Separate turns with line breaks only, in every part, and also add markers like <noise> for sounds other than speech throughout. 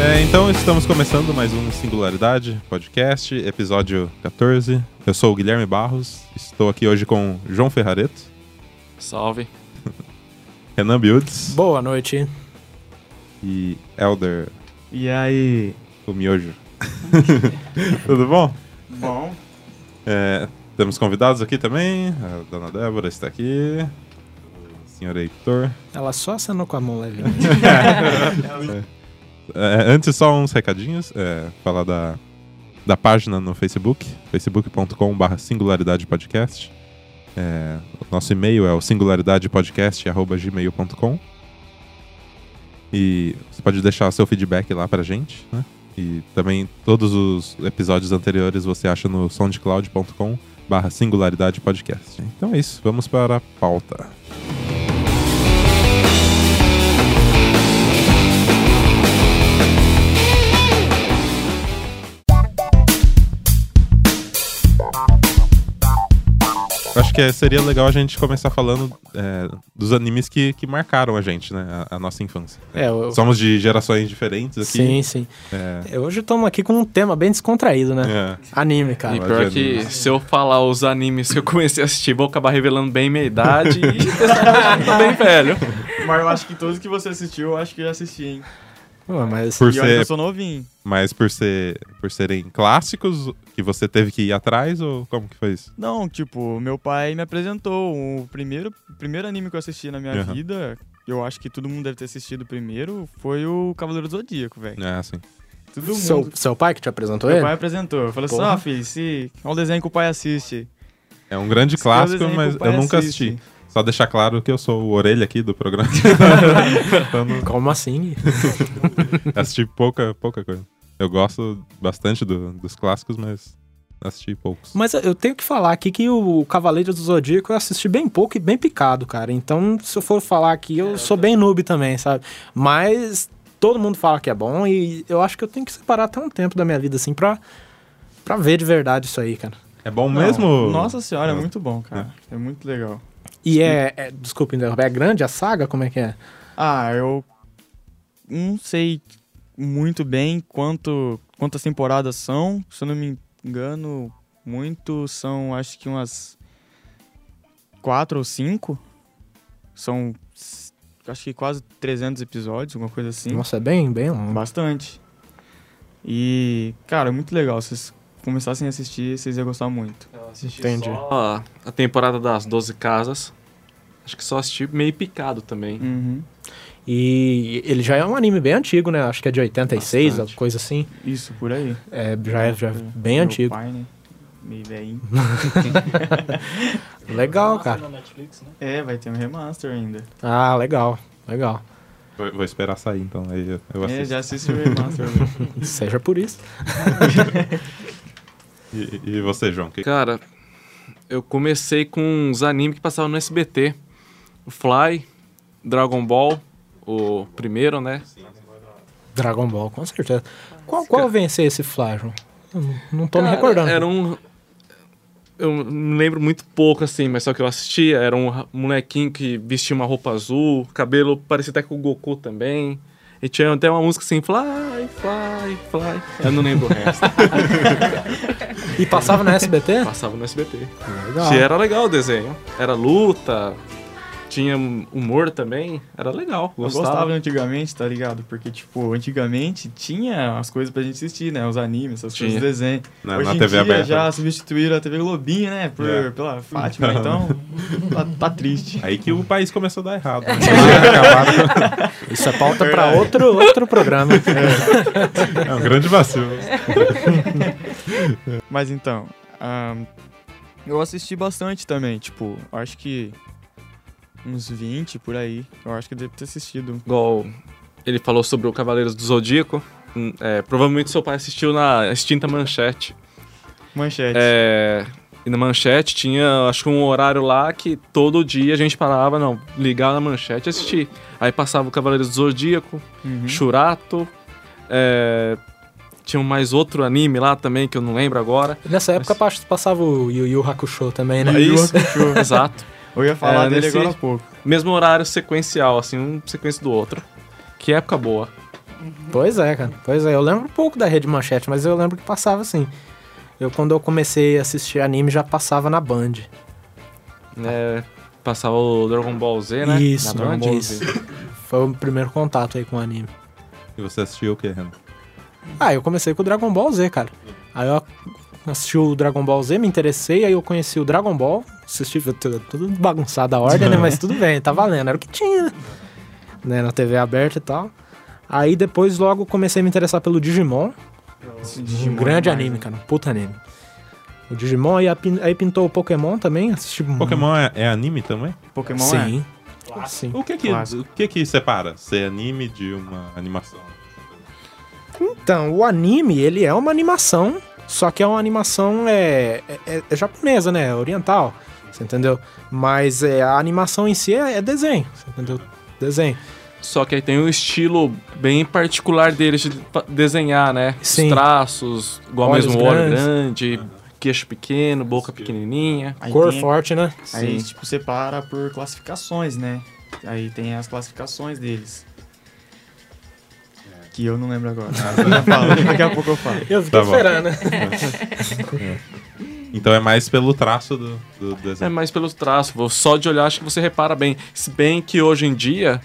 É, então estamos começando mais um Singularidade Podcast, episódio 14. Eu sou o Guilherme Barros, estou aqui hoje com João Ferrareto,
Salve.
Renan Builds
Boa noite.
e Elder,
E aí?
o
<laughs>
Miojo. Tudo bom?
Bom.
É, temos convidados aqui também, a dona Débora está aqui, o senhor Heitor.
Ela só acenou com a mão levinha.
É, antes, só uns recadinhos. é, falar da, da página no Facebook, facebook.com.br singularidadepodcast. É, o nosso e-mail é o singularidadepodcast.gmail.com E você pode deixar seu feedback lá pra gente, né? E também todos os episódios anteriores você acha no soundcloud.com barra singularidade podcast. Então é isso, vamos para a pauta. Eu Acho que é- seria legal a gente começar falando é, dos animes que, que marcaram a gente, né? A, a nossa infância.
<laughs> É, eu...
Somos de gerações diferentes aqui.
Sim, sim.
É,
É, Hoje estamos aqui com um tema bem descontraído, né?
é.
Anime,
E
cara.
Vai
pior
de
que
anime.
se eu falar os animes que eu comecei a assistir, vou acabar revelando bem minha idade e <laughs> o pessoal já tá bem velho.
Mas eu acho que todos que você assistiu, eu acho que eu já assisti, hein?
Pô, mas
Por
e olha que eu
ser,
sou novinho.
mas por ser por serem clássicos que você teve que ir atrás ou como que foi isso?
Não, tipo, meu pai me apresentou o primeiro, o primeiro anime que eu assisti na minha
Aham.
vida. Eu acho que todo mundo deve ter assistido primeiro. Foi o Cavaleiro do Zodíaco, velho.
É assim.
Todo mundo.
seu, seu pai que te apresentou
Meu
ele?
pai apresentou. Eu falei assim,
Porra.
ó, filho, se... é um desenho que o pai assiste.
É um grande
Esse é o
clássico,
desenho que o
mas
pai
eu nunca
assiste.
assisti. Só deixar claro que eu sou o orelha aqui do
<laughs>
programa. então
é-
não
Como assim?
assisti pouca pouca coisa. Eu gosto bastante do- dos clássicos, mas assisti poucos.
Mas eu tenho que falar aqui que o Cavaleiro do Zodíaco eu assisti bem pouco e bem picado, cara. Então, se eu for falar aqui, eu sou bem noob também, sabe? Mas todo mundo fala que é bom e eu acho que eu tenho que separar até um tempo da minha vida, assim, pra, pra ver de verdade isso aí, cara.
É bom
Não,
mesmo?
Nossa senhora, é
Não.
muito bom, cara. É muito legal.
E é, é desculpa interromper, é grande a saga? Como é que é?
Ah, eu não sei muito bem quanto quantas temporadas são. Se eu não me engano, muito são acho que umas quatro ou cinco. São s- acho que quase 300 episódios, alguma coisa assim.
Nossa, é bem, bem longo.
Bastante. E, cara, é muito legal. Se vocês começassem a assistir, vocês iam gostar muito.
Entendi.
Ó, a temporada das 12 casas. Acho que só assisti meio picado também.
Uhum.
E ele já é um anime bem antigo, né? Acho que é de 86,
Bastante.
alguma coisa assim.
Isso, por aí.
É, já é, já é bem
Meu
antigo. Uhum.
pai, né? Meio velhinho.
Legal, cara.
É, vai ter um remaster ainda.
Ah, legal. Legal.
Vou, vou esperar sair então, aí eu- eu
É,
assisto.
já assisti o
<laughs>
remaster. né?
Seja por isso.
E, e você, João? Que...
Cara, eu comecei com uns animes que passavam no SBT. O Fly, Dragon Ball, o primeiro, né?
Dragon Ball, com certeza. Qual, qual vencer esse Flajo? Eu não- Não tô me
Cara,
recordando.
Era um. Eu me lembro muito pouco, assim, mas só que eu assistia. Era um ra- molequinho que vestia uma roupa azul, cabelo parecia até com o Goku também. E tinha até uma música assim, Fly, Fly, Fly. Eu não lembro o resto. <laughs>
E passava na SBT?
Passava no SBT.
Legal.
E era legal o desenho. Era luta, tinha humor também. Era legal.
Eu
Gostava.
gostava antigamente, tá ligado? Porque, tipo, antigamente tinha as coisas pra gente assistir, né? Os animes, essas
Tinha.
coisas de desenho.
Na,
Hoje
na
em
TV
dia
aberta.
já substituíram a TV Globinho, né? Por,
É.
Pela Fátima,
<laughs>
então tá, tá triste.
Aí que o país começou a dar errado. né?
<laughs>
Acabaram-
Ah, Isso é pauta pra outro, outro programa.
É um grande vacilo.
Mas então, ahn, eu assisti bastante também, tipo, eu acho que uns 20 por aí. Eu acho que eu devo ter assistido.
Igual ele falou sobre o Cavaleiros do Zodíaco. Hum, é, provavelmente seu pai assistiu na extinta manchete.
Manchete.
É, e na manchete tinha, acho que um horário lá que todo dia a gente parava, não, ligava na manchete e assistir. Aí passava o Cavaleiros do Zodíaco,
Uhum.
Churato, é, tinha mais outro anime lá também que eu não lembro
<laughs>
agora.
Nessa época pas- passava o Yu Yu Hakusho também, né?
Yu Yu
Isso. Exato.
Eu ia falar
É,
dele
nesse-
agora há pouco.
Mesmo horário sequencial, assim, um sequência do outro. Que época boa.
Pois é, cara. Pois é, eu lembro pouco da Rede Manchete, mas eu lembro que passava assim. Eu, quando eu comecei a assistir anime, já passava na Band.
É, passava o Dragon Ball Z, né?
Isso,
Na Band.
Dragon Ball Z. Foi o primeiro contato aí com o anime.
E você assistiu o que, Renan?
Ah, eu comecei com o Dragon Ball Z, cara. Aí eu assisti o Dragon Ball Z, me interessei, aí eu conheci o Dragon Ball. Assisti, tudo, tudo bagunçado a ordem, né? Mas tudo bem, tá valendo, era o que tinha. Né, na TV aberta e tal. Aí depois logo comecei a me interessar pelo Digimon. um
é
grande anime, cara. Um puta anime. O Digimon, aí, a pin- aí pintou o Pokémon também, assisti
Pokémon é, é anime também?
Pokémon é?
Sim. Sim.
O que que,
Clássico.
o que que separa ser anime de uma animação?
Então, o anime, ele é uma animação, só que é uma animação é, é- é japonesa, né? Oriental, você entendeu? Mas é, a animação em si é, é desenho, você entendeu? Desenho.
Só que aí tem um estilo bem particular deles de pa- desenhar, né?
Sim.
Os traços, igual
Olhos
mesmo o olho
grandes.
grande, queixo pequeno, boca pequenininha.
Aí
Cor
tem-
forte, né?
Aí,
Sim.
tipo, separa por classificações, né? Aí tem as classificações deles. Que eu não lembro agora. Eu já falo, daqui a pouco
<laughs>
eu falo.
Eu
fiquei Tá bom. esperando,
né?
Então é mais pelo traço do, do
É
desenho.
mais pelos traços, vo- só de olhar acho que você repara bem. Se bem que hoje em dia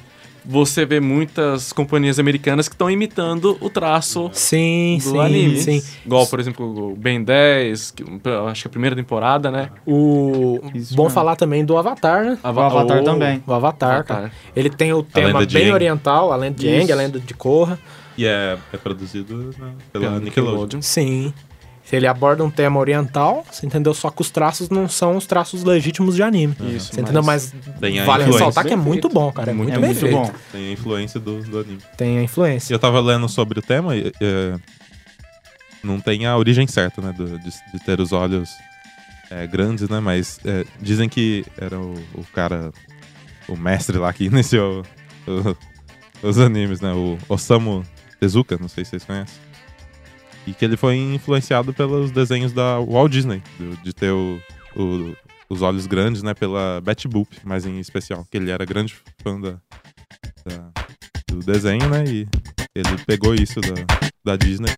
você vê muitas companhias americanas que estão imitando o traço
Sim,
do
sim,
anime.
sim.
Igual, por exemplo, o Ben 10, que, acho que é a primeira temporada, né?
O...
Isso
Bom
mesmo.
falar também do Avatar, né?
O Avatar também.
O Avatar, cara.
Avatar.
Ele tem o tema
lenda de
bem
Aang.
oriental, a lenda de Aang,
Isso.
a lenda de Korra.
E é, é produzido né, pela
Pelo
Nickelodeon.
Nickelodeon.
Sim. Ele aborda um tema oriental, você entendeu? Só que os traços não são os traços legítimos de anime.
Isso,
Você entendeu? Mas
Tem a
vale
influência.
ressaltar que é
Bem
muito
feito.
bom, cara. É muito,
É
bem
muito
feito.
bom.
Tem a influência do, do anime.
Tem a
E <laughs>
influência.
eu tava lendo sobre o tema e, é, não tem a origem certa, né? do- de, de ter os olhos é, grandes, né? Mas é, dizem que era o, o cara, o mestre lá que <laughs> iniciou o- os animes, né? O Osamu Tezuka, não sei se vocês conhecem. E que ele foi influenciado pelos desenhos da Walt Disney, do- de ter o- o- os olhos grandes, né? Pela Betty Boop, mas em especial, que ele era grande fã da- da, do desenho, né? E ele pegou isso da, da Disney.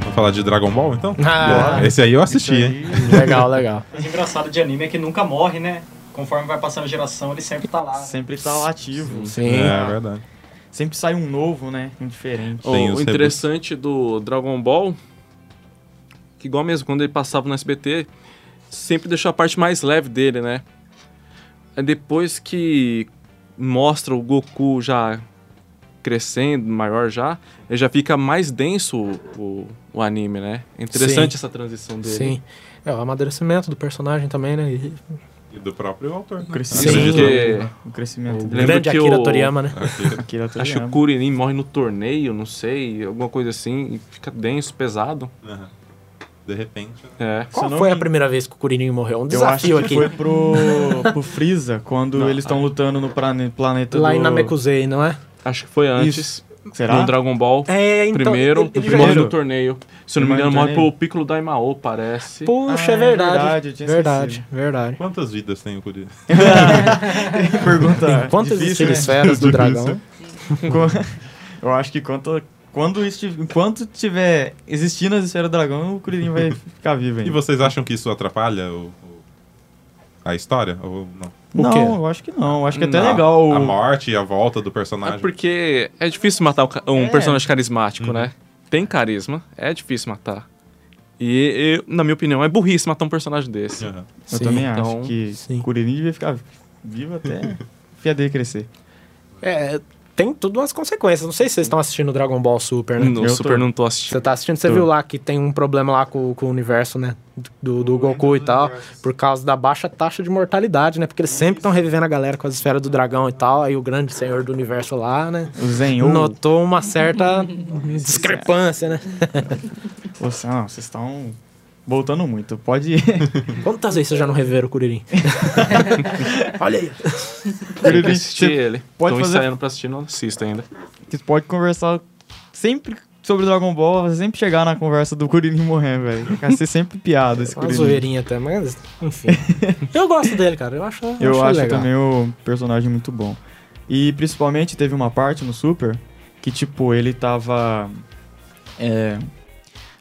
Vamos falar de Dragon Ball, então?
Ah.
Esse aí eu assisti,
Isso
hein?
aí-
Legal, legal.
Mas o engraçado de anime é que nunca morre, né? Conforme vai passando geração, ele sempre tá lá.
Sempre tá ativo.
Sim.
É, verdade.
Sempre sai um novo, né? Um diferente.
Tem
O,
os
o interessante do Dragon Ball, que igual mesmo, quando ele passava no SBT, sempre deixou a parte mais leve dele, né? É depois que mostra o Goku já crescendo, maior já, ele já fica mais denso o, o- o anime, né? É interessante
Sim.
essa transição dele.
Sim. É o amadurecimento do personagem também, né? E-
E do próprio autor.
O
Né?
crescimento,
Sim.
dele, né? o crescimento
O
dele.
Lembro
grande
que
Akira
o-
Toriyama, né?
Aqui.
Akira
Acho que o
Toriyama.
Kuririn morre no torneio, não sei, alguma coisa assim, e fica denso, pesado.
Aham. De repente. né?
É.
Qual
eu não
foi a
me-
primeira vez que o Kuririn morreu? Um
Eu acho que
desafio aqui. ah.
foi pro,
<laughs>
pro Freeza, quando eles estão lutando no plane- planeta
Lá
do...
em Namekusei, não é?
Acho que foi antes.
Será?
No Dragon Ball.
É, então,
primeiro,
ele- ele
ele
já
morre
era.
no torneio. Se eu não me
Ele
engano,
morre no
morre
torneio.
pro Piccolo Daimao, parece.
Puxa,
Ah,
é verdade.
eu tinha
Verdade, verdade.
Quantas vidas tem o Curi?
esquecido. <laughs> Pergunta
Tem quantas
difícil, né?
esferas do dragão?
<laughs> Co- Eu acho que quanto, quando esti- enquanto tiver existindo as esferas do dragão, o Kuririn vai ficar vivo
E
ainda.
vocês acham que isso atrapalha o- o- a história? Ou não?
não,
quê?
eu acho que não. Eu acho que é até
Não.
legal.
Ah,
o-
A morte e a volta do
É
personagem.
porque é difícil matar um ca- um
É.
personagem carismático, né? Tem carisma, é difícil matar. E, eu- na minha opinião, é burrice matar um personagem desse.
Aham.
Eu
Sim,
também
então,
acho que
sim.
o Kuririn devia ficar vivo até
<laughs>
fia dele crescer.
É, tem tudo as consequências. Não sei se vocês estão assistindo Dragon Ball Super, né?
No
Eu tô-
Super não tô assistindo.
Você tá assistindo, você
Tô.
viu lá que tem um problema lá com, com o universo, né? Do, do Goku e tal. Por causa da baixa taxa de mortalidade, né? Porque eles sempre estão revivendo a galera com as esferas do dragão e tal. Aí o grande senhor do universo lá, né?
O Zen ou...
Notou uma certa discrepância, né?
Você- não, vocês estão voltando muito. Pode... <laughs>
Quantas vezes vocês já não reviveram o Kuririn? Olha aí.
Tem que
Kuririn,
assistir
você
ele.
tá pode
Estão
fazer-
ensaiando pra assistir, não assisto ainda.
vocês podem conversar sempre... sobre Dragon Ball, você sempre chegar na conversa do Kuririn morrendo, velho. Vai ser sempre piada esse
Uma
Kuririn.
zoeirinha até, mas enfim. eu gosto dele, cara. Eu acho,
Eu acho
legal.
também o personagem muito bom. E principalmente teve uma parte no Super que, tipo, ele tava. É.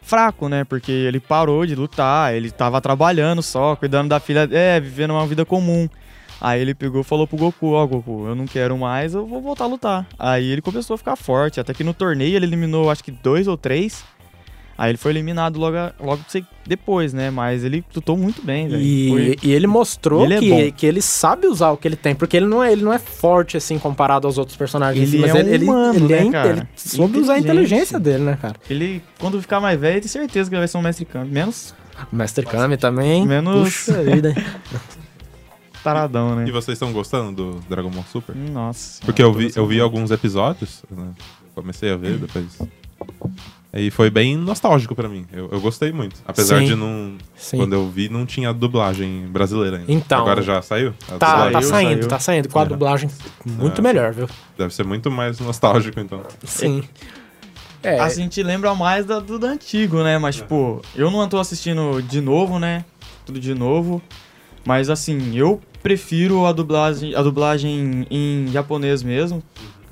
Fraco, né? Porque ele parou de lutar, ele tava trabalhando só, cuidando da filha, é, vivendo uma vida comum. Aí ele pegou e falou pro Goku: Ó, Goku, eu não quero mais, eu vou voltar a lutar. Aí ele começou a ficar forte, até que no torneio ele eliminou, acho que dois ou três. Aí ele foi eliminado logo, a- logo depois, né? Mas ele lutou muito bem, velho. Foi-
E, e ele mostrou
Ele é
que,
bom.
que ele sabe usar o que ele tem, porque ele não é, ele não é forte assim comparado aos outros personagens.
Ele
mas
é
ele, ele,
humano,
ele
né,
in-
cara?
ele soube usar a inteligência
Inteligente.
dele, né, cara?
Ele, quando ficar mais velho, tem certeza que ele vai ser um mestre Kami. Menos
Mestre Kami também.
Menos-
Puxa
<laughs>
vida.
taradão,
E
né?
vocês estão gostando do Dragon Ball Super?
Nossa.
Porque eu vi, eu vi alguns episódios, né? Comecei a ver depois. E foi bem nostálgico pra mim. Eu, eu gostei muito. Apesar
Sim.
de não.
Sim.
Quando eu vi, não tinha dublagem brasileira ainda.
Então.
Agora já saiu? A
Tá,
dublagem?
tá
Saiu,
saindo,
saiu. Ah,
tá saindo. Com a dublagem muito
É.
melhor, viu?
Deve ser muito mais nostálgico, então.
Sim. É,
A gente lembra mais da- do, do antigo, né?
É.
Mas, tipo, eu não tô assistindo de novo, né? Tudo de novo. Mas, assim, eu prefiro a dublagem, a dublagem em japonês mesmo.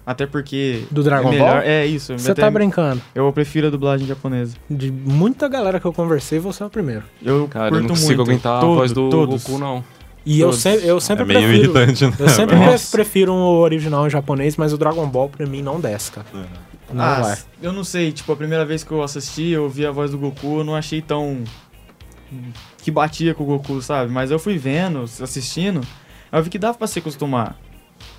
Até porque.
Do Dragon
é melhor.
Ball?
É isso.
você
até-
tá brincando.
Eu prefiro a dublagem japonesa.
De muita galera que eu conversei, você é o primeiro.
Eu
Cara, eu
curto
não consigo
muito.
aguentar
Todo-
a voz do
todos.
Goku, não.
E eu,
Todos.
sempre eu
É
sempre
meio
prefiro.
irritante, né? <laughs>
Eu sempre
Mas-
Nossa.
prefiro o original em japonês, mas o Dragon Ball pra mim não desce, cara. Não
Ah,
vai.
s- eu não sei, tipo, a primeira vez que eu assisti, eu vi a voz do Goku, eu não achei tão. que batia com o Goku, sabe? Mas eu fui vendo, assistindo, aí eu vi que dava pra se acostumar.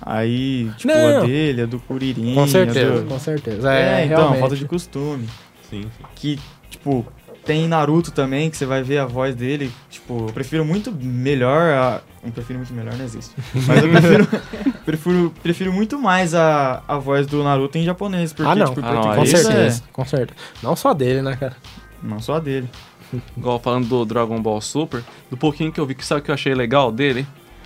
Aí, tipo,
Não.
a dele, a do Kuririn.
Com
a
certeza,
do-
com certeza. É,
É, então,
realmente.
falta de costume.
Sim, sim.
Que, tipo, tem Naruto também, que você vai ver a voz dele. Tipo, eu prefiro muito melhor a. Eu prefiro muito melhor,
<laughs>
não existe. Mas eu prefiro, prefiro, prefiro muito mais a, a voz do Naruto em japonês. Porque,
Ah, não.
tipo, em
Ah, não,
Com
português é-
certeza, com certeza. Não só dele, né, cara?
Não só a dele.
Igual falando do Dragon Ball Super, do pouquinho que eu vi, que sabe o que eu achei legal dele?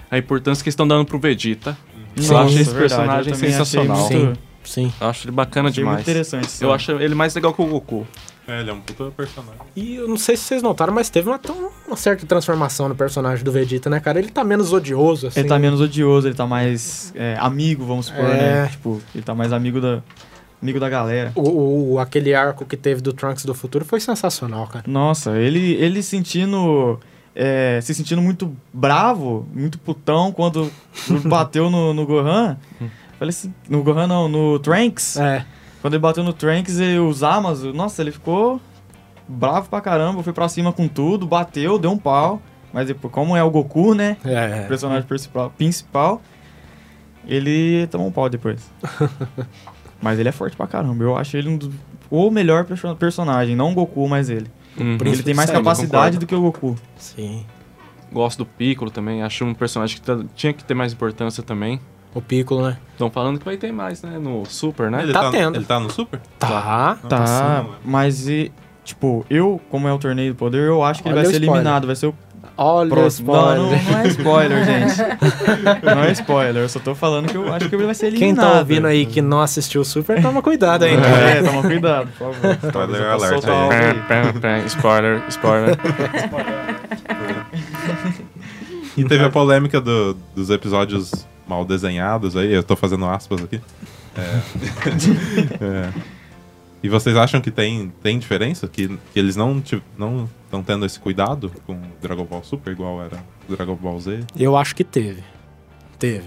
A importância que estão dando pro Vegeta. Eu acho esse personagem
é também achei
sensacional.
muito-
Sim.
Eu acho ele bacana
achei muito
demais.
interessante. isso.
Eu acho ele mais legal que o Goku.
É, ele é um puta personagem.
E eu não sei se vocês notaram, mas teve uma, tão- uma certa transformação no personagem do Vegeta, né, cara? Ele tá menos odioso, assim.
Ele tá menos odioso, ele tá mais é, amigo, vamos supor,
É.
né? Tipo, ele tá mais amigo da, amigo da galera.
O, o- aquele arco que teve do Trunks do futuro foi sensacional, cara.
Nossa, ele, ele sentindo. é, se sentindo muito bravo, muito
<laughs>
putão quando bateu no, no Gohan. Falei assim, no Gohan não, no Trunks.
É.
Quando ele bateu no Trunks e os Amazon, nossa, ele ficou bravo pra caramba, foi pra cima com tudo, bateu, deu um pau. Mas depois, como é o Goku, né? O
É.
personagem principal, principal, ele tomou um pau
<laughs>
depois. mas ele é forte pra caramba. Eu acho ele um dos, o melhor perso- personagem, não o Goku, mas ele. ele
Uhum.
Príncipe
tem mais
Saiyan,
capacidade do que o Goku.
Sim.
Gosto do Piccolo também, acho um personagem que tá- tinha que ter mais importância também.
O Piccolo, né?
Estão falando que vai ter mais, né? No Super, né?
Ele
Tá tendo.
Ele tá no Super?
Tá.
Não,
Tá,
sim, não é.
mas e, tipo, eu, como é o torneio do poder, eu acho que ele
Olha
vai
o
ser
spoiler.
eliminado, vai ser o
Olha
próximo.
o
Não,
spoiler.
Tá. não, não é
<laughs>
spoiler, gente. Não é spoiler, eu só tô falando que eu acho que ele vai ser
Quem
eliminado.
tá ouvindo aí que não assistiu o Super, toma cuidado
<laughs>
aí. né?
É, toma cuidado, por
Tá,
favor. Talvez eu possa
alert
soltar
aí.
algo aí.
Pera, pera, spoiler,
<laughs>
spoiler.
E teve a polêmica do- dos episódios mal desenhados aí, eu tô fazendo aspas aqui. É. <laughs> É. E vocês acham que tem, tem diferença? Que, que eles não estão não, tão tendo esse cuidado com Dragon Ball Super, igual era Dragon Ball Z?
Eu acho que teve. Teve.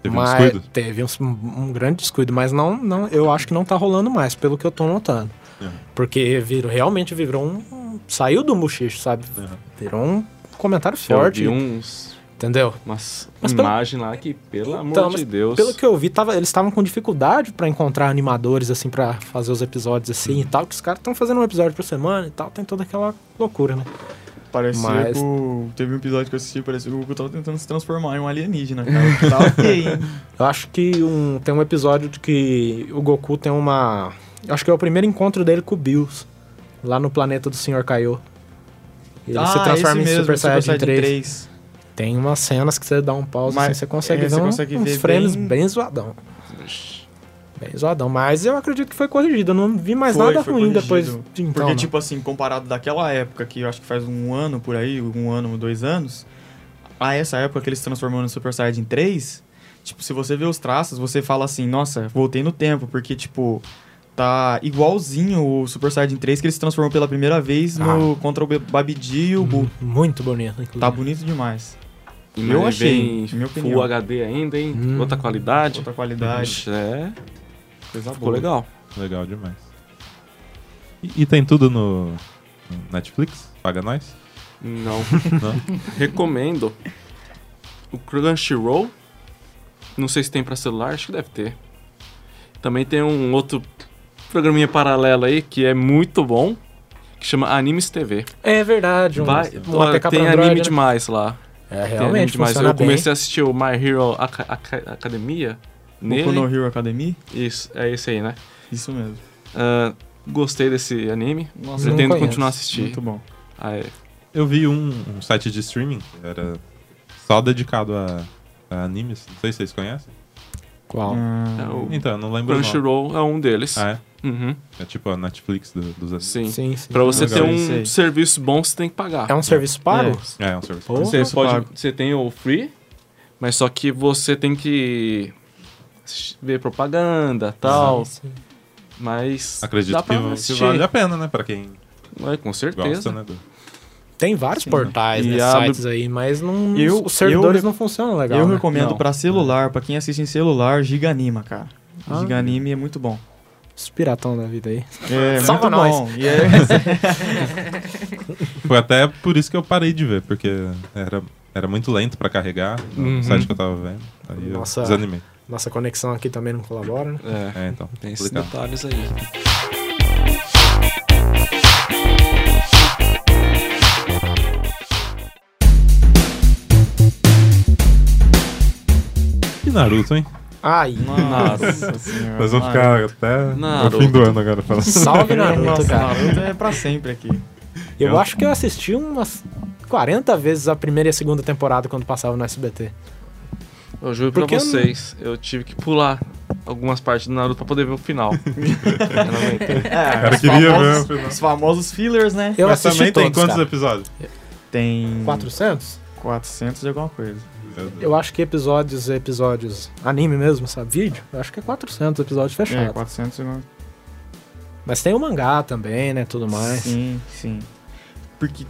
Teve um
mas
descuido?
Teve uns- um, um grande descuido, mas não, não, eu acho que não tá rolando mais, pelo que eu tô notando.
Uhum.
Porque virou, realmente virou um. um- Saiu do mochicho, sabe?
Uhum.
Virou um comentário
Forte.
forte,
Eu vi um uns,
entendeu?
umas
Mas pelo-
imagens lá que, pelo amor
Então, mas
de Deus.
Pelo que eu vi, tava, eles estavam com dificuldade pra encontrar animadores, assim, pra fazer os episódios assim
Uhum.
e tal, que os caras estão fazendo um episódio por semana e tal, tem toda aquela loucura, né?
Parecia
Mas-
que o... Teve um episódio que eu assisti, parecia que o Goku tava tentando se transformar em um alienígena, cara. Tá ok, hein?
Eu acho que um, tem um episódio de que o Goku tem uma. eu Acho que é o primeiro encontro dele com o Bills, lá no planeta do Senhor Kaiô. Ele
Ah,
se transforma em
esse mesmo,
Super Saiyajin 3.
3.
Tem umas cenas que você dá um pause
Mas-
assim, você consegue
é,
ver
você
um-
consegue
uns
ver
frames
bem-
bem, zoadão. Bem zoadão. Mas eu acredito que foi corrigido. Eu não vi mais
Foi,
nada
foi
ruim
corrigido.
depois de então.
Porque,
né?
tipo assim, comparado daquela época, que eu acho que faz um ano por aí, um ano, dois anos, a essa época que eles se transformou no Super Saiyajin 3, tipo, se você vê os traços, você fala assim, nossa, voltei no tempo, porque, tipo, tá igualzinho o Super Saiyajin 3 que ele se transformou pela primeira vez no contra o Be- Babidi e o
Uhum.
Buu.
Muito bonito, inclusive.
Tá bonito demais.
Mas
Eu achei,
vem
minha opinião.
Full HD ainda, hein?
Hum.
Outra qualidade.
Outra qualidade,
Ixi, É,
coisa
ficou
boa.
legal.
Legal demais. E, e tem tudo no no Netflix? Paga nós?
Não.
Não?
Recomendo. O Crunchyroll. Não sei se tem pra celular, acho que deve ter. Também tem um outro programinha paralelo aí que é muito bom, que chama Animes TV.
É verdade. Um,
Vai,
um
olha,
APK pra
tem
Android,
anime
né?
demais lá.
É,
Tem anime
realmente,
demais.
funciona
Eu comecei
bem.
a assistir o My Hero Aca- Aca- Academia.
Boku no
Uhum. Nele.
Hero Academy?
Isso, é esse aí, né?
Isso mesmo.
Ah, gostei desse anime.
Nossa,
Não
Pretendo
conheço.
continuar a assistir.
muito bom.
Ah, é.
Eu vi um, um site de streaming que era só dedicado a, a animes. Não sei se vocês conhecem.
Qual?
Hum,
É o
Então, eu não lembro o nome.
Crunchyroll é um deles.
Ah, é?
Uhum,
É tipo a Netflix do- dos animes.
sim.
Sim, sim.
Pra você
Legal,
ter
isso
um
aí.
serviço bom, você tem que pagar.
É um serviço pago?
É, é um serviço.
Pô.
Você
serviço
pode,
pago.
você tem o free, mas só que você tem que ver propaganda, tal,
Sim, sim.
mas
Acredito
dá
que,
pra
va- que
assistir.
vale a pena, né? Pra quem
É, com certeza.
gosta, né? do-
Tem vários portais,
E
né,
abre-
sites aí, mas não,
Eu-
os servidores
eu-
não funcionam legal.
Eu
né?
recomendo
Não.
pra celular, pra quem assiste em celular, Giganima, cara.
Ah.
Giganime é muito bom.
Os piratão da vida aí.
É,
Salva
muito
nós.
bom. E é-
Foi até por isso que eu parei de ver, porque era, era muito lento pra carregar no
Uhum.
site que eu tava vendo. Aí eu
Nossa.
desanimei.
Nossa conexão aqui também não colabora, né?
É,
É, então.
tem esses
complicado.
detalhes aí.
E Naruto, hein?
Aí.
Nossa senhora.
Nós vamos
É Naruto.
ficar até
Naruto.
o fim do ano agora falando. <laughs>
Salve Naruto,
Nossa,
cara.
Naruto é pra sempre aqui.
Eu
Eu-
acho que eu assisti umas 40 vezes a primeira e a segunda temporada quando passava no SBT.
Eu juro pra
Porque eu não-
vocês, eu tive que pular algumas partes do Naruto pra poder ver
<laughs>
o final. eu não aguentei.
É,
Cara,
os,
queria
famosos,
ver o final.
os famosos fillers, né?
Eu
Mas
assisti
também tem
todos,
quantos
cara.
episódios?
Tem
400?
400 e alguma coisa.
Eu acho que episódios, episódios, anime mesmo, sabe? Vídeo? Eu acho que é 400 episódios
É,
fechados.
400 e alguma
Mas tem o mangá também, né? Tudo mais.
Sim, sim. Porque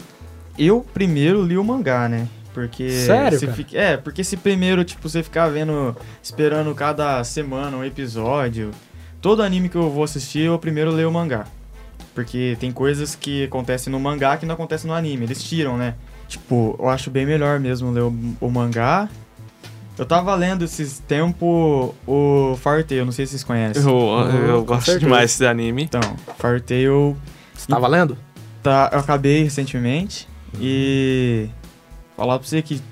eu primeiro li o mangá, né? Porque
Sério,
se
cara?
fica- É, porque se primeiro, tipo, você ficar vendo, esperando cada semana um episódio, todo anime que eu vou assistir, eu primeiro leio o mangá. Porque tem coisas que acontecem no mangá que não acontecem no anime, eles tiram, né? Tipo, eu acho bem melhor mesmo ler o, o mangá. Eu tava lendo esses tempos o Fire Tail, não sei se vocês conhecem.
Eu, eu
Com
gosto
certeza.
demais desse anime.
Então, Fire Tail
Você tá valendo?
Tá, eu acabei recentemente e falar pra você que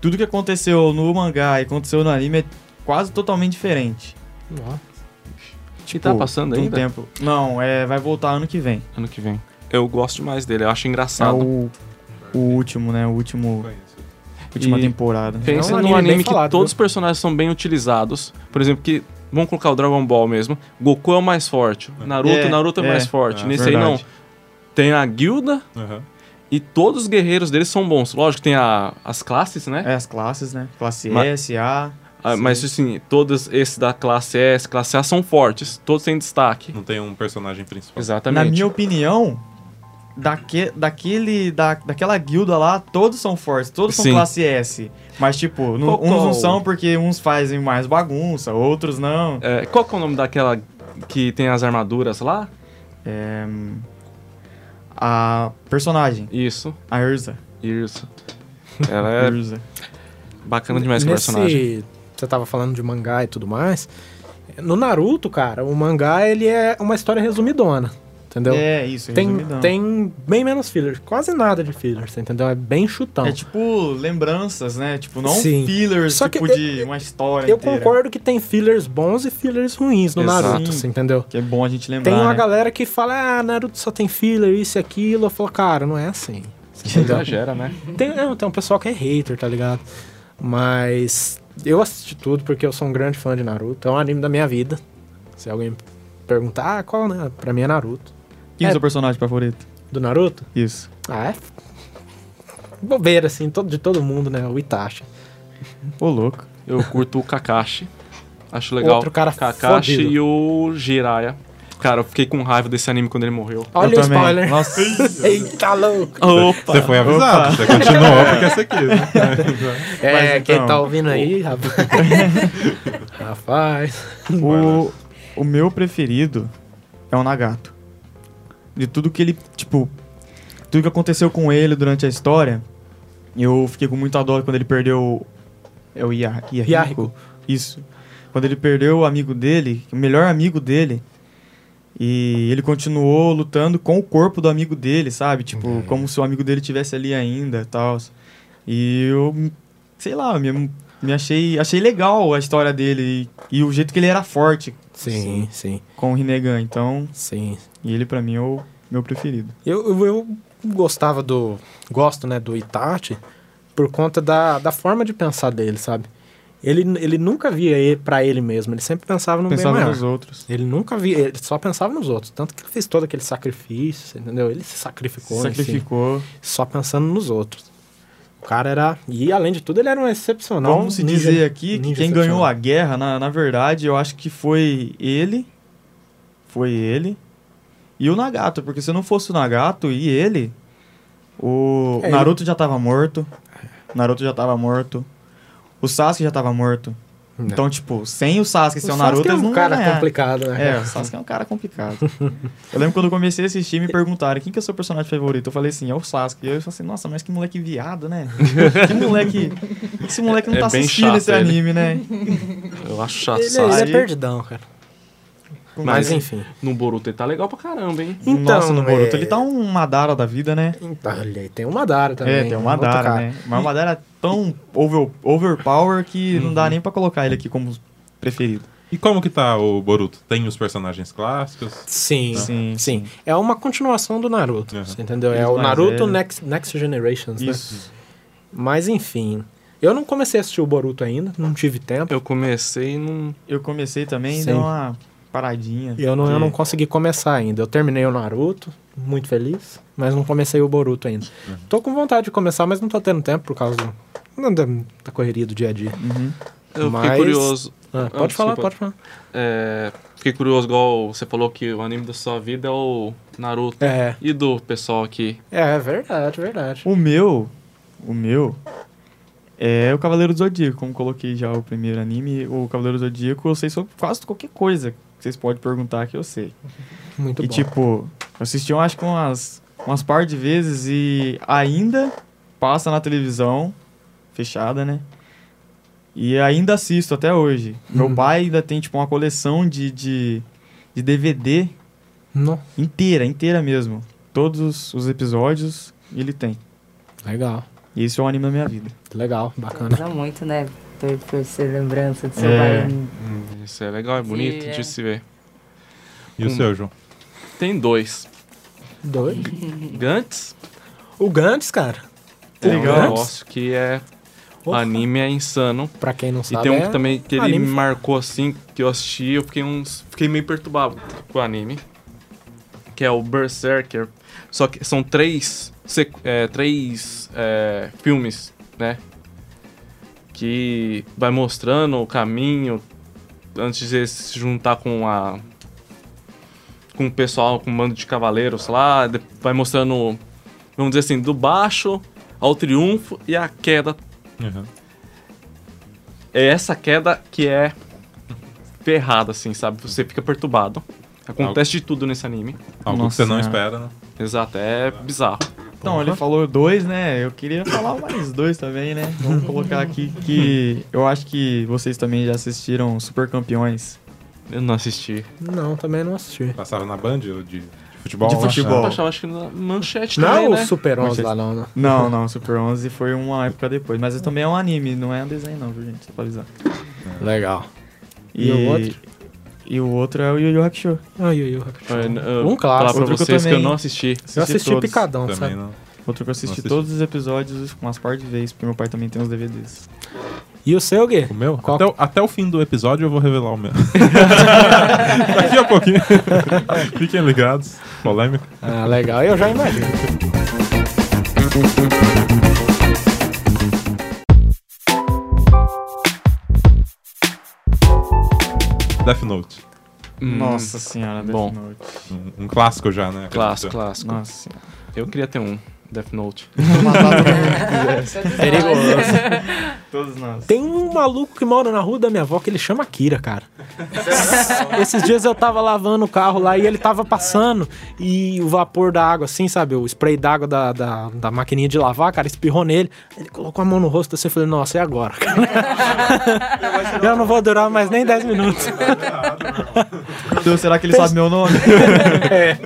tudo que aconteceu no mangá e aconteceu no anime é quase totalmente diferente.
Que tá
Pô,
passando
de um
ainda?
tempo. Não, é, vai voltar ano que vem.
Ano que vem. Eu gosto demais dele, eu acho engraçado.
um
É o, o último, né? O último, última
E-
temporada.
Pensa
É um
num
anime bem
anime que
falado,
todos os personagens são bem utilizados. Por exemplo, que. Vamos colocar o Dragon Ball mesmo. Goku é o mais forte. Naruto,
É,
Naruto é,
é.
mais forte.
Ah,
Nesse aí
verdade.
não. Tem a guilda
Aham.
e todos os guerreiros deles são bons. Lógico, tem a- as classes, né?
É as classes, né? Classe
Ma-
S, A.
Ah, mas assim, todos esses da classe S, classe A são fortes. Todos têm destaque.
Não tem um personagem principal.
Na
Exatamente.
minha opinião, daque, daquele, da, daquela guilda lá, todos são fortes, todos
Sim.
são classe S. Mas, tipo, nu-
Qual-
uns
qual?
não são porque uns fazem mais bagunça, outros não.
É, qual que é o nome daquela que tem as armaduras lá?
É, a personagem,
Isso.
a Urza.
Isso. Ela é
Urza.
bacana demais com o
Nesse- <laughs>
personagem.
Você tava falando de mangá e tudo mais. No Naruto, cara, o mangá ele é uma história resumidona. Entendeu?
É isso,
Então, tem,
resumidão.
tem bem menos fillers, quase nada de fillers, entendeu? É bem chutão.
É tipo lembranças, né? Tipo, não
Sim.
fillers,
Só que
tipo
eu-
de uma história
Eu
inteira.
concordo que tem fillers bons e fillers ruins no
Exato.
Naruto, assim, entendeu?
Que é bom a gente lembrar,
Tem uma
né?
galera que fala, ah, Naruto só tem filler, isso e aquilo. Eu falo, cara, não é assim. Entendeu?
Exagera, né?
Tem, é, tem um pessoal que é hater, tá ligado? Mas eu assisti tudo porque eu sou um grande fã de Naruto. É um anime da minha vida. Se alguém perguntar, ah, qual, né? Pra mim é Naruto.
Quem é
É.
o seu personagem favorito?
Do Naruto?
Isso.
Ah, é. f- Bobeira, assim, todo, de todo mundo, né? O Itachi.
Ô, louco.
Eu curto o Kakashi. Acho legal.
Outro cara
Kakashi
fodido.
e o Jiraiya. Cara, eu fiquei com raiva desse anime quando ele morreu.
Olha
Eu
o
também.
spoiler.
Nossa.
<laughs> Eita, louco.
Opa!
Você foi avisado, você
<laughs>
continuou porque essa aqui. Né?
É,
Mas
quem
então-
tá ouvindo aí,
<laughs>
rapaz. rapaz.
O, o meu preferido é o Nagato. De tudo que ele, tipo, tudo que aconteceu com ele durante a história, eu fiquei com muita dó quando ele perdeu é o Ia- Iahiko.
Yahiko.
Isso. Quando ele perdeu o amigo dele, o melhor amigo dele, e ele continuou lutando com o corpo do amigo dele, sabe? Tipo, como se o amigo dele tivesse ali ainda, tal. E eu, sei lá, me, me achei, achei legal a história dele e, e o jeito que ele era forte
Sim, sim,
com o Rinnegan, então,
sim.
e ele pra mim é o meu preferido.
Eu, eu, eu gostava do. Gosto, né, do Itachi por conta da, da forma de pensar dele, sabe? Ele, ele nunca via ele, pra ele mesmo, ele sempre pensava no
Pensava
bem maior.
nos outros.
Ele nunca via, ele só pensava nos outros. Tanto que ele fez todo aquele sacrifício, você entendeu? Ele se sacrificou, em si,
Sacrificou.
só pensando nos outros. O cara era. E além de tudo, ele era um excepcional.
Vamos se
ninja-
dizer aqui que
ninja
quem
excepcional.
ganhou a guerra, na, na verdade, eu acho que foi ele. Foi ele. E o Nagato, porque se não fosse o Nagato e ele, o
É, ele- É.
Naruto já tava morto. Naruto já tava morto. O Sasuke já tava morto.
Não.
Então, tipo, sem o Sasuke
O
e sem o
Sasuke
Naruto,
Né? é
eles
um
não
cara
ganharam.
complicado, né?
É, o Sasuke é um cara complicado. <laughs> eu lembro quando eu comecei a assistir, me perguntaram quem que é o seu personagem favorito. Eu falei assim, é o Sasuke. E aí eu falei assim, nossa, mas que moleque viado, <laughs> né? Que moleque. Esse moleque não
É
tá
bem
assistindo
chato
esse
ele.
anime, né?
Eu acho chato.
Ele,
essa
ele é
Aí-
perdidão, cara. <laughs> Mas,
Mas-
enfim.
No Boruto ele tá legal pra caramba, hein?
Então,
nossa, no Boruto,
é-
ele tá um Madara da vida, né?
Então, olha, aí, tem o Madara também.
é, tem um
outro cara.
Madara, né? Mas o Madara é tão over, overpower que não dá nem pra colocar ele aqui como preferido.
E como que tá o Boruto? Tem os personagens clássicos?
Sim,
Então, Sim,
sim, É uma continuação do Naruto,
Aham.
você entendeu? É
Eles
o
mais
Naruto
velhos.
Next, Next Generations, né?
Isso.
Mas enfim. Eu não comecei a assistir o Boruto ainda, não tive tempo.
Eu comecei e não.
Eu comecei também,
Sim.
deu uma paradinha.
E eu não, eu
porque-
não consegui começar ainda. Eu terminei o Naruto, muito feliz, mas não comecei o Boruto ainda. Tô com vontade de começar, mas não tô tendo tempo por causa do- da da correria do dia a dia.
Uhum.
Eu
Mas-
fiquei curioso.
Ah,
Ah,
pode falar,
desculpa.
pode falar.
É, Fiquei curioso, igual você falou que o anime da sua vida é o Naruto.
É,
E do pessoal aqui.
é verdade, verdade.
O meu, o meu é o Cavaleiro do Zodíaco, como coloquei já o primeiro anime, o Cavaleiro do Zodíaco, eu sei sobre quase qualquer coisa que vocês podem perguntar que eu sei.
Muito
e
bom.
tipo, eu assisti eu acho que umas umas par de vezes e ainda passa na televisão fechada, né? E ainda assisto até hoje. Meu
Hum.
pai ainda tem tipo uma coleção de, de, de DVD
Não,
inteira, inteira mesmo. Todos os episódios ele tem.
legal,
E esse é o anime da minha vida.
legal, bacana.
Usa muito, né? Por, por ser lembrança do seu
É.
pai.
Isso é legal, é bonito
Sim, é.
de se ver.
E o
Hum.
seu, João?
Tem dois.
Dois.
Gantz
O Gantz, cara,
é
Legal.
um negócio que é. O
Opa.
anime é insano.
pra quem não sabe.
e tem um
é-
que também que ele
anime.
me marcou assim, que eu assisti, eu fiquei uns. Fiquei meio perturbado com o anime. Que é o Berserker. Só que são três. sequ- é, três é, filmes, né? Que vai mostrando o caminho antes de ele se juntar com a. Com o pessoal, com o bando de cavaleiros lá. de- Vai mostrando, vamos dizer assim, do baixo ao triunfo e a queda
Uhum.
é essa queda que é ferrada, assim, sabe? Você fica perturbado. Acontece de tudo nesse anime.
Algo
Nossa
que você não
Senhora.
espera, né?
Exato, é bizarro.
Então, ele falou dois, né? Eu queria falar mais dois também, né? Vamos colocar aqui que eu acho que vocês também já assistiram Super Campeões
Eu não assisti.
Não, também não assisti.
Passava na Band ou de, de futebol? né?
de
lá,
futebol.
Eu achava, acho que na manchete
Não é
também,
o
né?
Super 11
Manchester-
lá, não, né?
Não, não, Super 11 foi uma época depois, mas também é um anime, não é um desenho não, viu, gente? Só pra avisar.
Legal. E o outro?
E o outro é o Yu Yu Hakusho.
Ai, Yu Yu Hakusho.
Eu- É, eu- falar pra
Um clássico.
outro que
vocês
eu
que eu,
também-
não assisti.
Eu assisti
todos.
Picadão,
Também né?
sabe?
não.
Outro que eu assisti
assisti.
né?
todos os episódios umas par de vezes, porque meu pai também tem uns DVDs.
E o seu, Gui?
O meu?
Qual-
Até, o- até o fim do episódio eu vou revelar o
<laughs>
meu. Daqui a pouquinho. Fiquem ligados. Polêmico.
Ah, legal. Eu já imagino.
Death Note.
Hum,
Nossa senhora, Death
Bom.
Note.
Um, um clássico já, né?
Clássico, clássico.
Nossa senhora.
Eu queria ter um Death Note.
É Perigoso. Todos nós.
Tem um maluco que mora na rua da minha avó que ele chama
<laughs>
Kira, cara. Esses dias eu tava lavando o carro lá e ele tava passando e o vapor da água, assim, sabe? O spray d'água da, da, da maquininha de lavar, cara, espirrou nele. Ele colocou a mão no rosto assim e falei, nossa, e agora? <laughs> cara?" eu não vou durar mais nem 10 minutos.
Deus, Então, será que ele sabe meu nome?
É.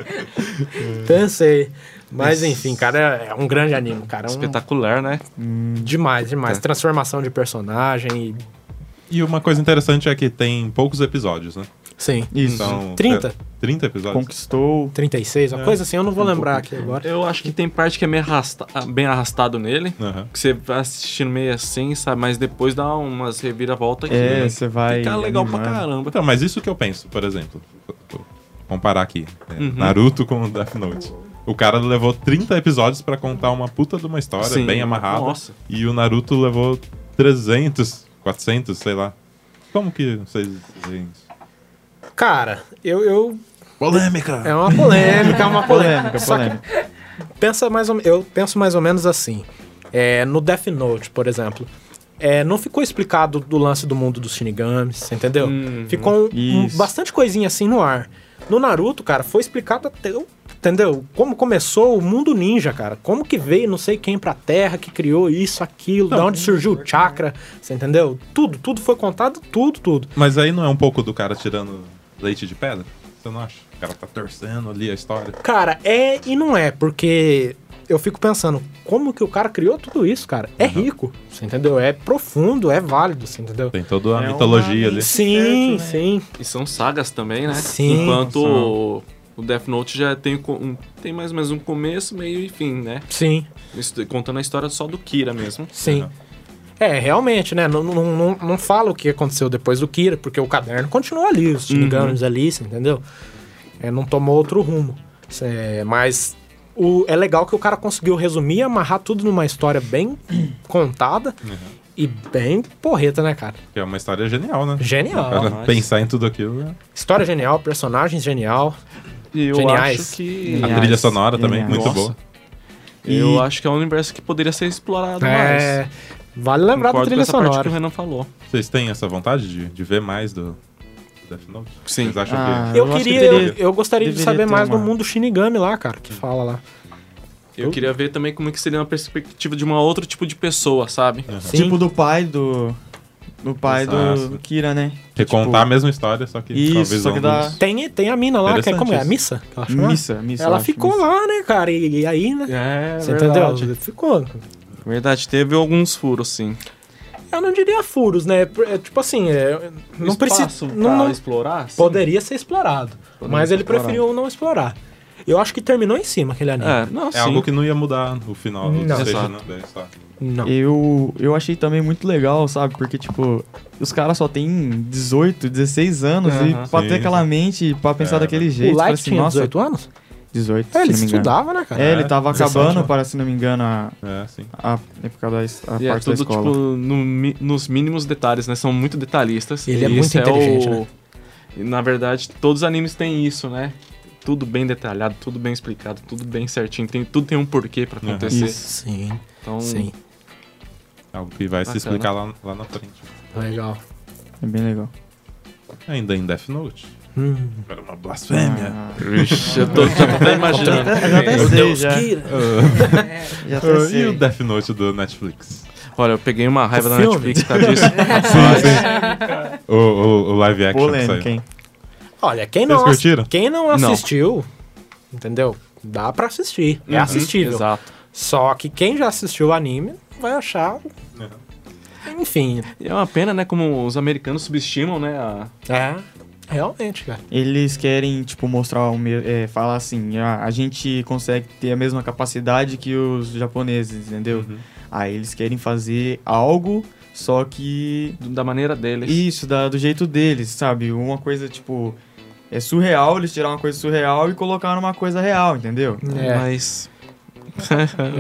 Pensei. Mas enfim, cara, é- é um grande anime, cara. É um...
Espetacular, né?
Demais, demais. Transformação de personagem. e-
E uma coisa interessante é que tem poucos episódios, né?
Uhum.
Sim.
Isso.
São
30?
É, 30 episódios?
Então, Conquistou.
36, uma coisa assim, eu não vou lembrar aqui agora.
Eu acho que tem parte que é meio arrasta- ah, bem arrastado nele.
Aham.
Que você vai assistindo meio assim, sabe? Mas depois dá umas reviravoltas que
É, você vai.
fica Né? legal pra
animando.
caramba.
Então, mas isso que eu penso, por exemplo. Vou- vou Comparar aqui. é,
Uhum.
Naruto com Death Note. O cara levou 30 episódios pra contar uma puta de uma história
Sim.
bem amarrada.
Nossa.
E o Naruto levou 300, 400, sei lá. Como que vocês veem isso?
Cara, eu, eu
Polêmica!
É uma polêmica, é uma polêmica.
Polêmica,
Só que
polêmica.
pensa mais ou, eu penso mais ou menos assim. É, no Death Note, por exemplo, é, não ficou explicado do lance do mundo dos Shinigamis, entendeu?
Uhum.
Ficou um- um-
Isso.
bastante coisinha assim no ar. No Naruto, cara, foi explicado até o. Entendeu? Como começou o mundo ninja, cara. Como que veio não sei quem pra terra, que criou isso, aquilo, da onde surgiu o chakra, você entendeu? Tudo, tudo foi contado, tudo, tudo.
Mas aí não é um pouco do cara tirando leite de pedra? Você não acha? O cara tá torcendo ali a história.
Cara, é e não é, porque eu fico pensando, como que o cara criou tudo isso, cara? É rico, você entendeu? É profundo, é válido, você entendeu?
Tem toda a
É
mitologia ali.
Sim, sim.
E são sagas também, né?
Sim.
Enquanto
São.
o- o Death Note já tem, co- um, tem mais ou menos um começo, meio e fim, né?
Sim,
Isso- Contando a história só do Kira mesmo.
sim. É, realmente, né? Não, não, não, não fala o que aconteceu depois do Kira, porque o caderno continua ali, os Shinigamis ali, você entendeu? É, não tomou outro rumo. É, mas o, é legal que o cara conseguiu resumir, amarrar tudo numa história bem contada e bem porreta, né, cara?
Que é uma história genial, né?
Genial.
O cara
Nossa.
pensar em tudo aquilo. né?
História genial, personagens genial.
E eu
Geniais.
acho
A
que.
Geniais.
trilha sonora também,
Geniais.
muito
Nossa.
boa.
Eu
E-
acho que é um universo que poderia ser explorado mais.
É, vale lembrar da
Concordo com
trilha
essa parte que
sonora.
o Renan falou.
Vocês têm essa vontade de, de ver mais do Death Note?
Sim.
Vocês acham
Ah,
que.
Eu,
Eu acho que
queria,
teria-
eu, eu gostaria de
deveria
saber
ter
mais do
uma-
mundo Shinigami lá, cara, que fala lá.
Eu queria ver também como é que seria uma perspectiva de uma outro tipo de pessoa, sabe?
Sim.
Tipo do pai do. Do pai do,
Exato.
do Kira, né?
Recontar a mesma história, só que com a
Isso,
visão
só que dá-
dos-
tem, tem a mina lá, que é
Interessante
como é? A
isso.
missa? que ela chama?
Missa, missa. eu
Ela
acho,
ficou
missa.
lá, né, cara? E, e aí, né?
É,
Você entendeu? Ficou.
Verdade, teve alguns furos, sim.
Eu não diria furos, né? É, tipo assim, é, não precisa.
Espaço pra
Não, não-
explorar? sim.
poderia ser explorado.
Poderia
mas
ser
ele
explorado.
preferiu não explorar. Eu acho que terminou em cima aquele anime.
É, não,
É
sim.
algo que não ia mudar o final do
Não.
desfecho,
Exato.
né, da história.
Não.
Eu, eu achei também muito legal, sabe? Porque, tipo, os caras só têm 18, 16 anos
Aham.
e pra ter
Sim.
aquela mente, pra pensar
É,
né?
daquele
O
jeito.
Light
assim,
tinha
nossa,
18 anos?
18.
É, ele
se não me engano.
estudava, né, cara?
É, ele tava
17,
acabando,
né?
para, se não me engano, a,
É, sim.
a época da es- a
E é
parte da
tudo,
escola.
tipo, no mi- nos mínimos detalhes, né? São muito detalhistas.
Ele é
E
muito
isso
inteligente,
o-
né?
e, Na verdade, todos os animes têm isso, né? Tudo bem detalhado, tudo bem explicado, tudo bem certinho. Tem, tudo tem um porquê pra
Uhum.
acontecer.
Isso.
Sim,
Então,
sim.
Algo que vai se
Bacana.
explicar lá, lá na frente.
Legal.
tipo,
É bem legal.
Ainda em Death Note.
Hum.
Era uma blasfêmia.
Ah,
Vixe, eu tô, já tô até
<laughs>
imaginando.
Eu já
Eu-
pensei, já.
<laughs> Ah,
Já até
ah, e
sei.
o Death Note do Netflix?
Olha, eu peguei uma raiva
O
da
filme?
Netflix tá disso.
O, o- o live action que
Polêmica,
saiu.
hein?
Olha, quem
Vocês
não, assi-
curtiram?
quem não
Não.
assistiu, entendeu? Dá pra assistir. <laughs> É assistível.
Uhum, Exato.
Só que quem já assistiu o anime vai achar. um Enfim.
E é uma pena, né? Como os americanos subestimam, né? a-
É. Realmente, cara.
Eles querem, tipo, mostrar o mesmo. É, falar assim, ah, a gente consegue ter a mesma capacidade que os japoneses, entendeu? Aí eles querem fazer algo Só que
Da maneira deles.
isso, da, do jeito deles, sabe? Uma coisa, tipo, é surreal, eles tiraram uma coisa surreal e colocaram uma coisa real, entendeu?
É.
Mas.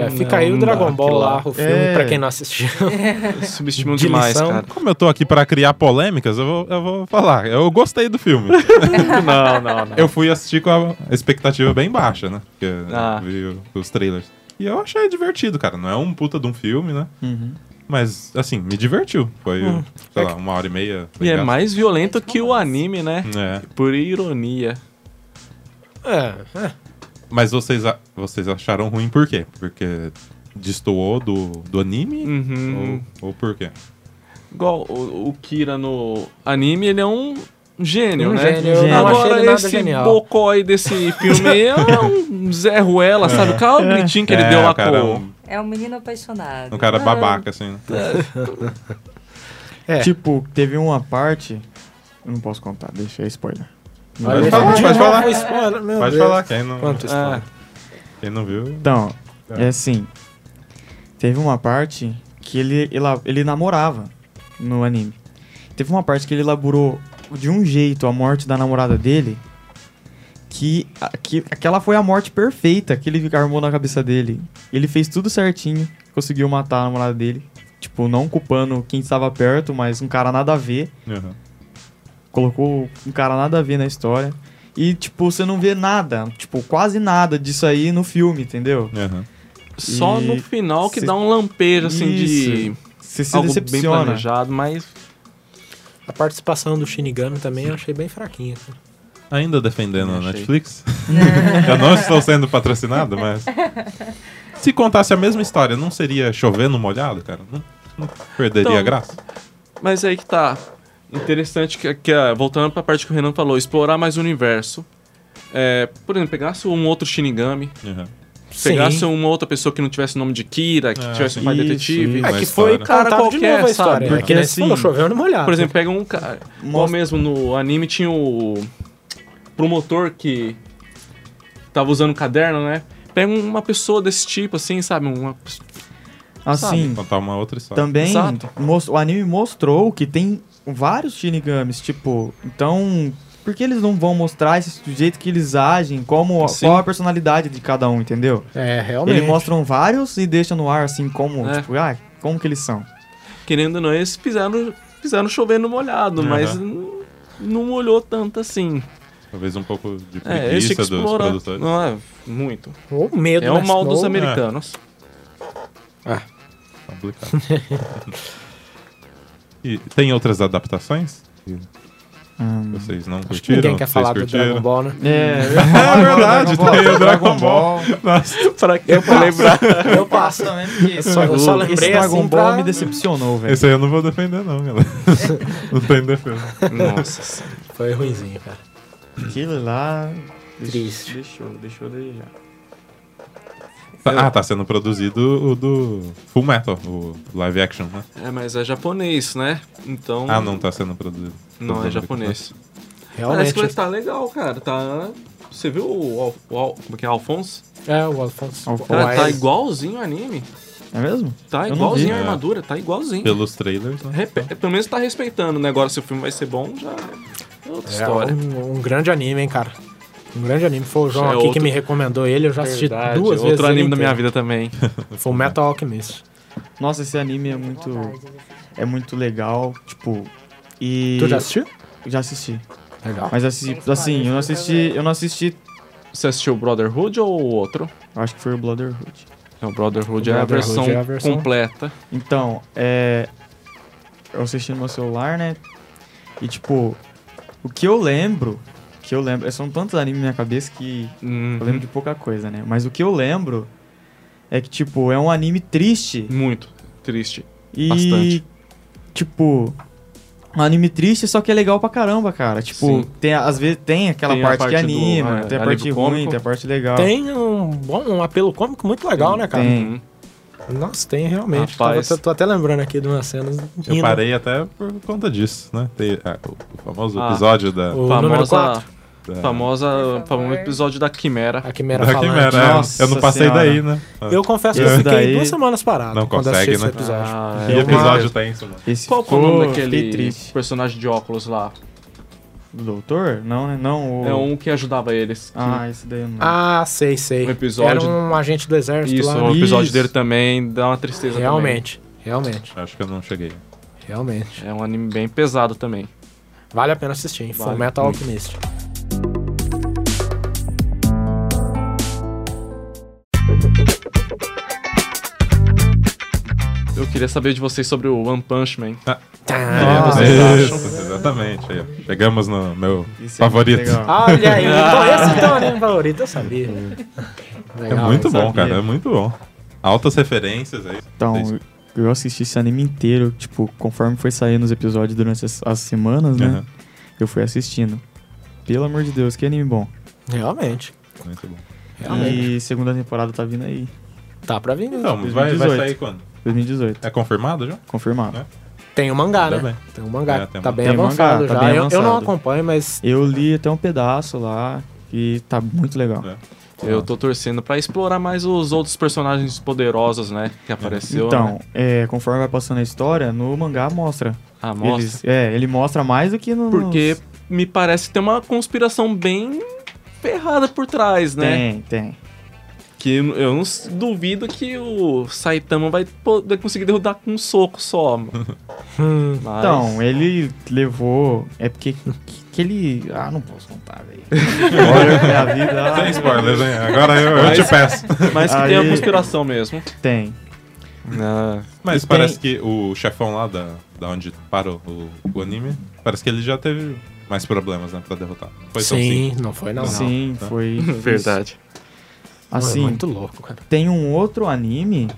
É, fica
Não,
aí o
não
Dragon
dá,
Ball
aquilo
lá, o filme,
É.
pra quem não assistiu.
Subestimam
é. De
demais,
lição.
cara.
Como eu tô aqui pra criar polêmicas, eu vou, eu vou falar. Eu gostei do filme.
Não,
<laughs>
não, não.
eu fui assistir com a expectativa bem baixa, né? Porque
Ah.
eu vi o- os trailers. E eu achei divertido, cara. Não é um puta de um filme, né?
Uhum.
Mas, assim, me divertiu. Foi, sei lá, uma hora e meia.
Hum. E é
legal.
mais violento que o anime, né?
É.
Por ironia.
É,
Mas vocês, a- vocês acharam ruim por quê? Porque destoou do, do anime?
Uhum.
Ou, ou por quê?
Igual o, o Kira no anime, ele é um gênio,
Um
né?
gênio, eu
não
Agora,
achei ele nada
esse
genial.
bocói desse filme é um Zé Ruela, sabe? Qual é o gritinho que ele
É,
deu lá
o cara é
com...
um,
É um menino apaixonado.
um cara babaca, assim. né?
É.
Tipo, teve uma parte. Eu não posso contar, deixa aí spoiler.
Pode falar, pode falar.
falar. Meu
Pode
Deus.
falar, quem não,
Quanto
Ah,
quem não viu.
Então,
Tá.
é assim. Teve uma parte que ele, ela- ele namorava no anime. Teve uma parte que ele elaborou de um jeito a morte da namorada dele. Que, a- que aquela foi a morte perfeita que ele armou na cabeça dele. Ele fez tudo certinho, conseguiu matar a namorada dele. Tipo, não culpando quem estava perto, mas um cara nada a ver.
Uhum.
Colocou um cara nada a ver na história. E, tipo, você não vê nada, tipo, quase nada disso aí no filme, entendeu?
Uhum.
Só
E
no final que
se-
dá um lampejo, assim, de...
Você se
algo bem
decepciona.
planejado, mas...
A participação do Shinigami também eu achei bem fraquinha. cara.
Ainda defendendo a
Achei.
Netflix. eu não estou sendo patrocinado, mas. Se contasse a mesma história, não seria chover no molhado, cara? Não, não perderia
Então-
a graça?
Mas aí que tá. Interessante que, que, ah, voltando pra parte que o Renan falou, explorar mais o universo. É, por exemplo, pegasse um outro Shinigami,
Uhum.
pegasse
Sim.
uma outra pessoa que não tivesse o nome de Kira, que
Ah,
tivesse um
sim.
pai
Isso,
detetive.
isso.
É
Uma
que foi
história.
cara
Cara
qualquer, de novo
qualquer,
a história.
sabe?
Porque
Porque,
é
assim,
assim, não choveu no molhado.
Por exemplo, pega um cara. Igual
Mostra-
mesmo no anime tinha o promotor que tava usando caderno, né? Pega uma pessoa desse tipo, assim, sabe? Uma...
Assim,
Contar uma outra história.
também
Exato.
mos- o anime mostrou que tem vários Shinigamis, tipo, então. Por que eles não vão mostrar esse do jeito que eles agem, como
Sim.
qual a personalidade de cada um, entendeu?
É, realmente.
Eles mostram vários e deixam no ar assim como,
É.
tipo, ah, como que eles são.
Querendo ou não, eles fizeram, fizeram chover no molhado,
Aham.
mas n- não molhou tanto assim.
Então,
Talvez um pouco de
É,
preguiça
eles tinham que
dos
explorar.
produtores.
Não é muito.
Ou medo,
É
né?
o mal dos
Ou-
americanos.
Complicado. e tem outras adaptações? que
Hum.
Vocês não
Acho que
curtiram?
ninguém quer
Vocês
falar do
curtiram?
Dragon Ball, né?
É, eu ia falar
É
agora
verdade, tem o Dragon Ball. Nossa,
<laughs> Pra quê? Pra lembrar.
Eu passo.
<laughs>
também, porque
só- eu só lembrei
esse Dragon
assim
Ball
pra-
me decepcionou, velho.
esse aí eu não vou defender, não,
<laughs>
galera. não tem defesa.
É. Nossa.
Foi ruimzinho, cara.
Aquilo lá.
Triste.
Deixou, deixou desejar.
Tá- Ah, tá sendo produzido o do Full Metal, o live action, né?
<laughs> É, mas é japonês, né? Então.
Ah, não tá sendo produzido.
Não, é japonês. Parece
Realmente.
que vai estar legal, cara. Tá. Você viu o, Al- o, Al- como que é Alfonso?
É, o Alfonso.
Alfonso.
Cara,
Uai.
tá igualzinho o anime.
É mesmo?
Tá
Eu não
igualzinho
vi.
a
É.
armadura, tá igualzinho.
Pelos trailers, né?
Repe- Pelo menos tá respeitando, né? Agora se o filme vai ser bom, já é outra
É,
história.
um, um grande anime, hein, cara. Um grande anime. Foi o João
É
aqui que
outro-
me recomendou ele. Eu já assisti
Verdade,
duas vezes.
Outro
ele
anime da minha
inteiro.
vida também.
Foi o Metal Alchemist.
Nossa, esse anime é muito.
né?
É muito legal. Tipo. E.
Tu já assistiu? Tá.
Já assisti.
Legal.
Mas assisti, assim, eu não assisti. Eu não assisti.
Você assistiu o Brotherhood ou o outro?
eu Acho que foi o Brotherhood.
É, o Brotherhood,
O
é, a
Brotherhood
versão
é a versão-
completa.
Então, é. Eu assisti no meu celular, né? E tipo. O que eu lembro. Que eu lembro. São tantos animes na minha cabeça que
Hum,
Uhum.
eu lembro de pouca coisa, né? Mas o que eu lembro. É que, tipo, é um anime triste.
Muito triste.
E,
Bastante.
tipo, um anime triste, só que é legal pra caramba, cara. Tipo,
Sim.
tem, às vezes tem aquela
Tem a
parte,
parte
que
do-
anima,
é,
tem a
alívio
parte ruim,
cômico.
tem a parte legal.
Tem um, bom, um apelo cômico muito legal, né, cara?
Tem.
Hum.
Nossa, tem realmente.
Rapaz.
Tava- tô, tô até lembrando aqui de umas cenas.
Eu
rindo.
parei até por conta disso, né? Tem ah, o o famoso
Ah.
episódio da.
O
Famosa
número 4.
É.
da-
Famosa,
Por favor.
famoso episódio da Quimera.
A Quimera
da
falante.
Quimera. é.
Nossa
eu não passei
Senhora.
daí, né?
Eu confesso que
Esse
eu fiquei
daí-
duas semanas parado
Não
quando
consegue,
assisti esse
né?
episódio.
Ah,
Que
é uma-
episódio né? tem isso, mano?
Esse
Qual que é o nome
ficou-
daquele
Fiquei triste.
personagem de óculos lá?
Doutor? Não, né? Não, o...
É um que ajudava eles. que-
Ah, esse daí eu não.
Ah, sei, sei.
Um episódio-
Era um agente do exército
Isso,
lá.
o episódio
Isso.
dele também dá uma tristeza também.
Realmente, realmente,
Acho que eu não cheguei.
realmente.
É um anime bem pesado também.
Vale a pena assistir, hein?
Vale.
Full Metal Alchemist.
Eu queria saber de vocês sobre o One Punch Man.
É,
Tá.
Isso, exatamente. aí. Chegamos no meu
Esse é
favorito.
muito legal.
Olha aí, então esse é teu anime favorito, eu sabia.
É
Legal,
muito
eu
bom,
sabia.
cara. É muito bom. Altas referências é aí.
Então,
Vocês-
eu assisti esse anime inteiro, tipo, conforme foi saindo os episódios durante as, as semanas, né?
Aham,
Eu fui assistindo. Pelo amor de Deus, que anime bom.
Realmente.
Muito bom.
Realmente.
E segunda temporada tá vindo aí,
Tá pra vir.
Então, vai, vai
2018.
sair quando?
2018,
É confirmado já?
confirmado.
É.
Tem o mangá,
Ainda
né?
bem.
Tem o mangá.
É, tem mangá.
tá bem
Tem
avançado
mangá, tá
já.
bem
eu, eu não
avançado.
acompanho, mas
Eu li até um pedaço lá e tá muito legal.
É.
Ah.
Eu tô torcendo pra explorar mais os outros personagens poderosos, né? Que apareceu.
Então,
né?
é, conforme vai passando a história, no mangá mostra.
a mostra.
Eles- é, ele mostra mais do que no.
Porque me parece ter uma conspiração bem ferrada por trás, né?
Tem, tem.
Que eu eu não s- duvido que o Saitama vai poder conseguir derrubar com um soco só.
<laughs>
mano.
hum,
Mas-
Então, ele levou. É porque que, que ele. Ah, não posso contar, velho. Olha a vida.
Sem spoilers, hein? Agora eu, eu te peço.
Mas que tem a
Aí-
conspiração
<laughs>
mesmo. Ah,
Tem.
Mas
E
parece que o chefão lá da, da onde parou o, o anime, parece que ele já teve mais problemas, né, pra derrotar. Não Foi tão
sim, não foi não.
Sim, foi.
Verdade.
Assim,
Assim,
muito louco, cara.
tem um outro anime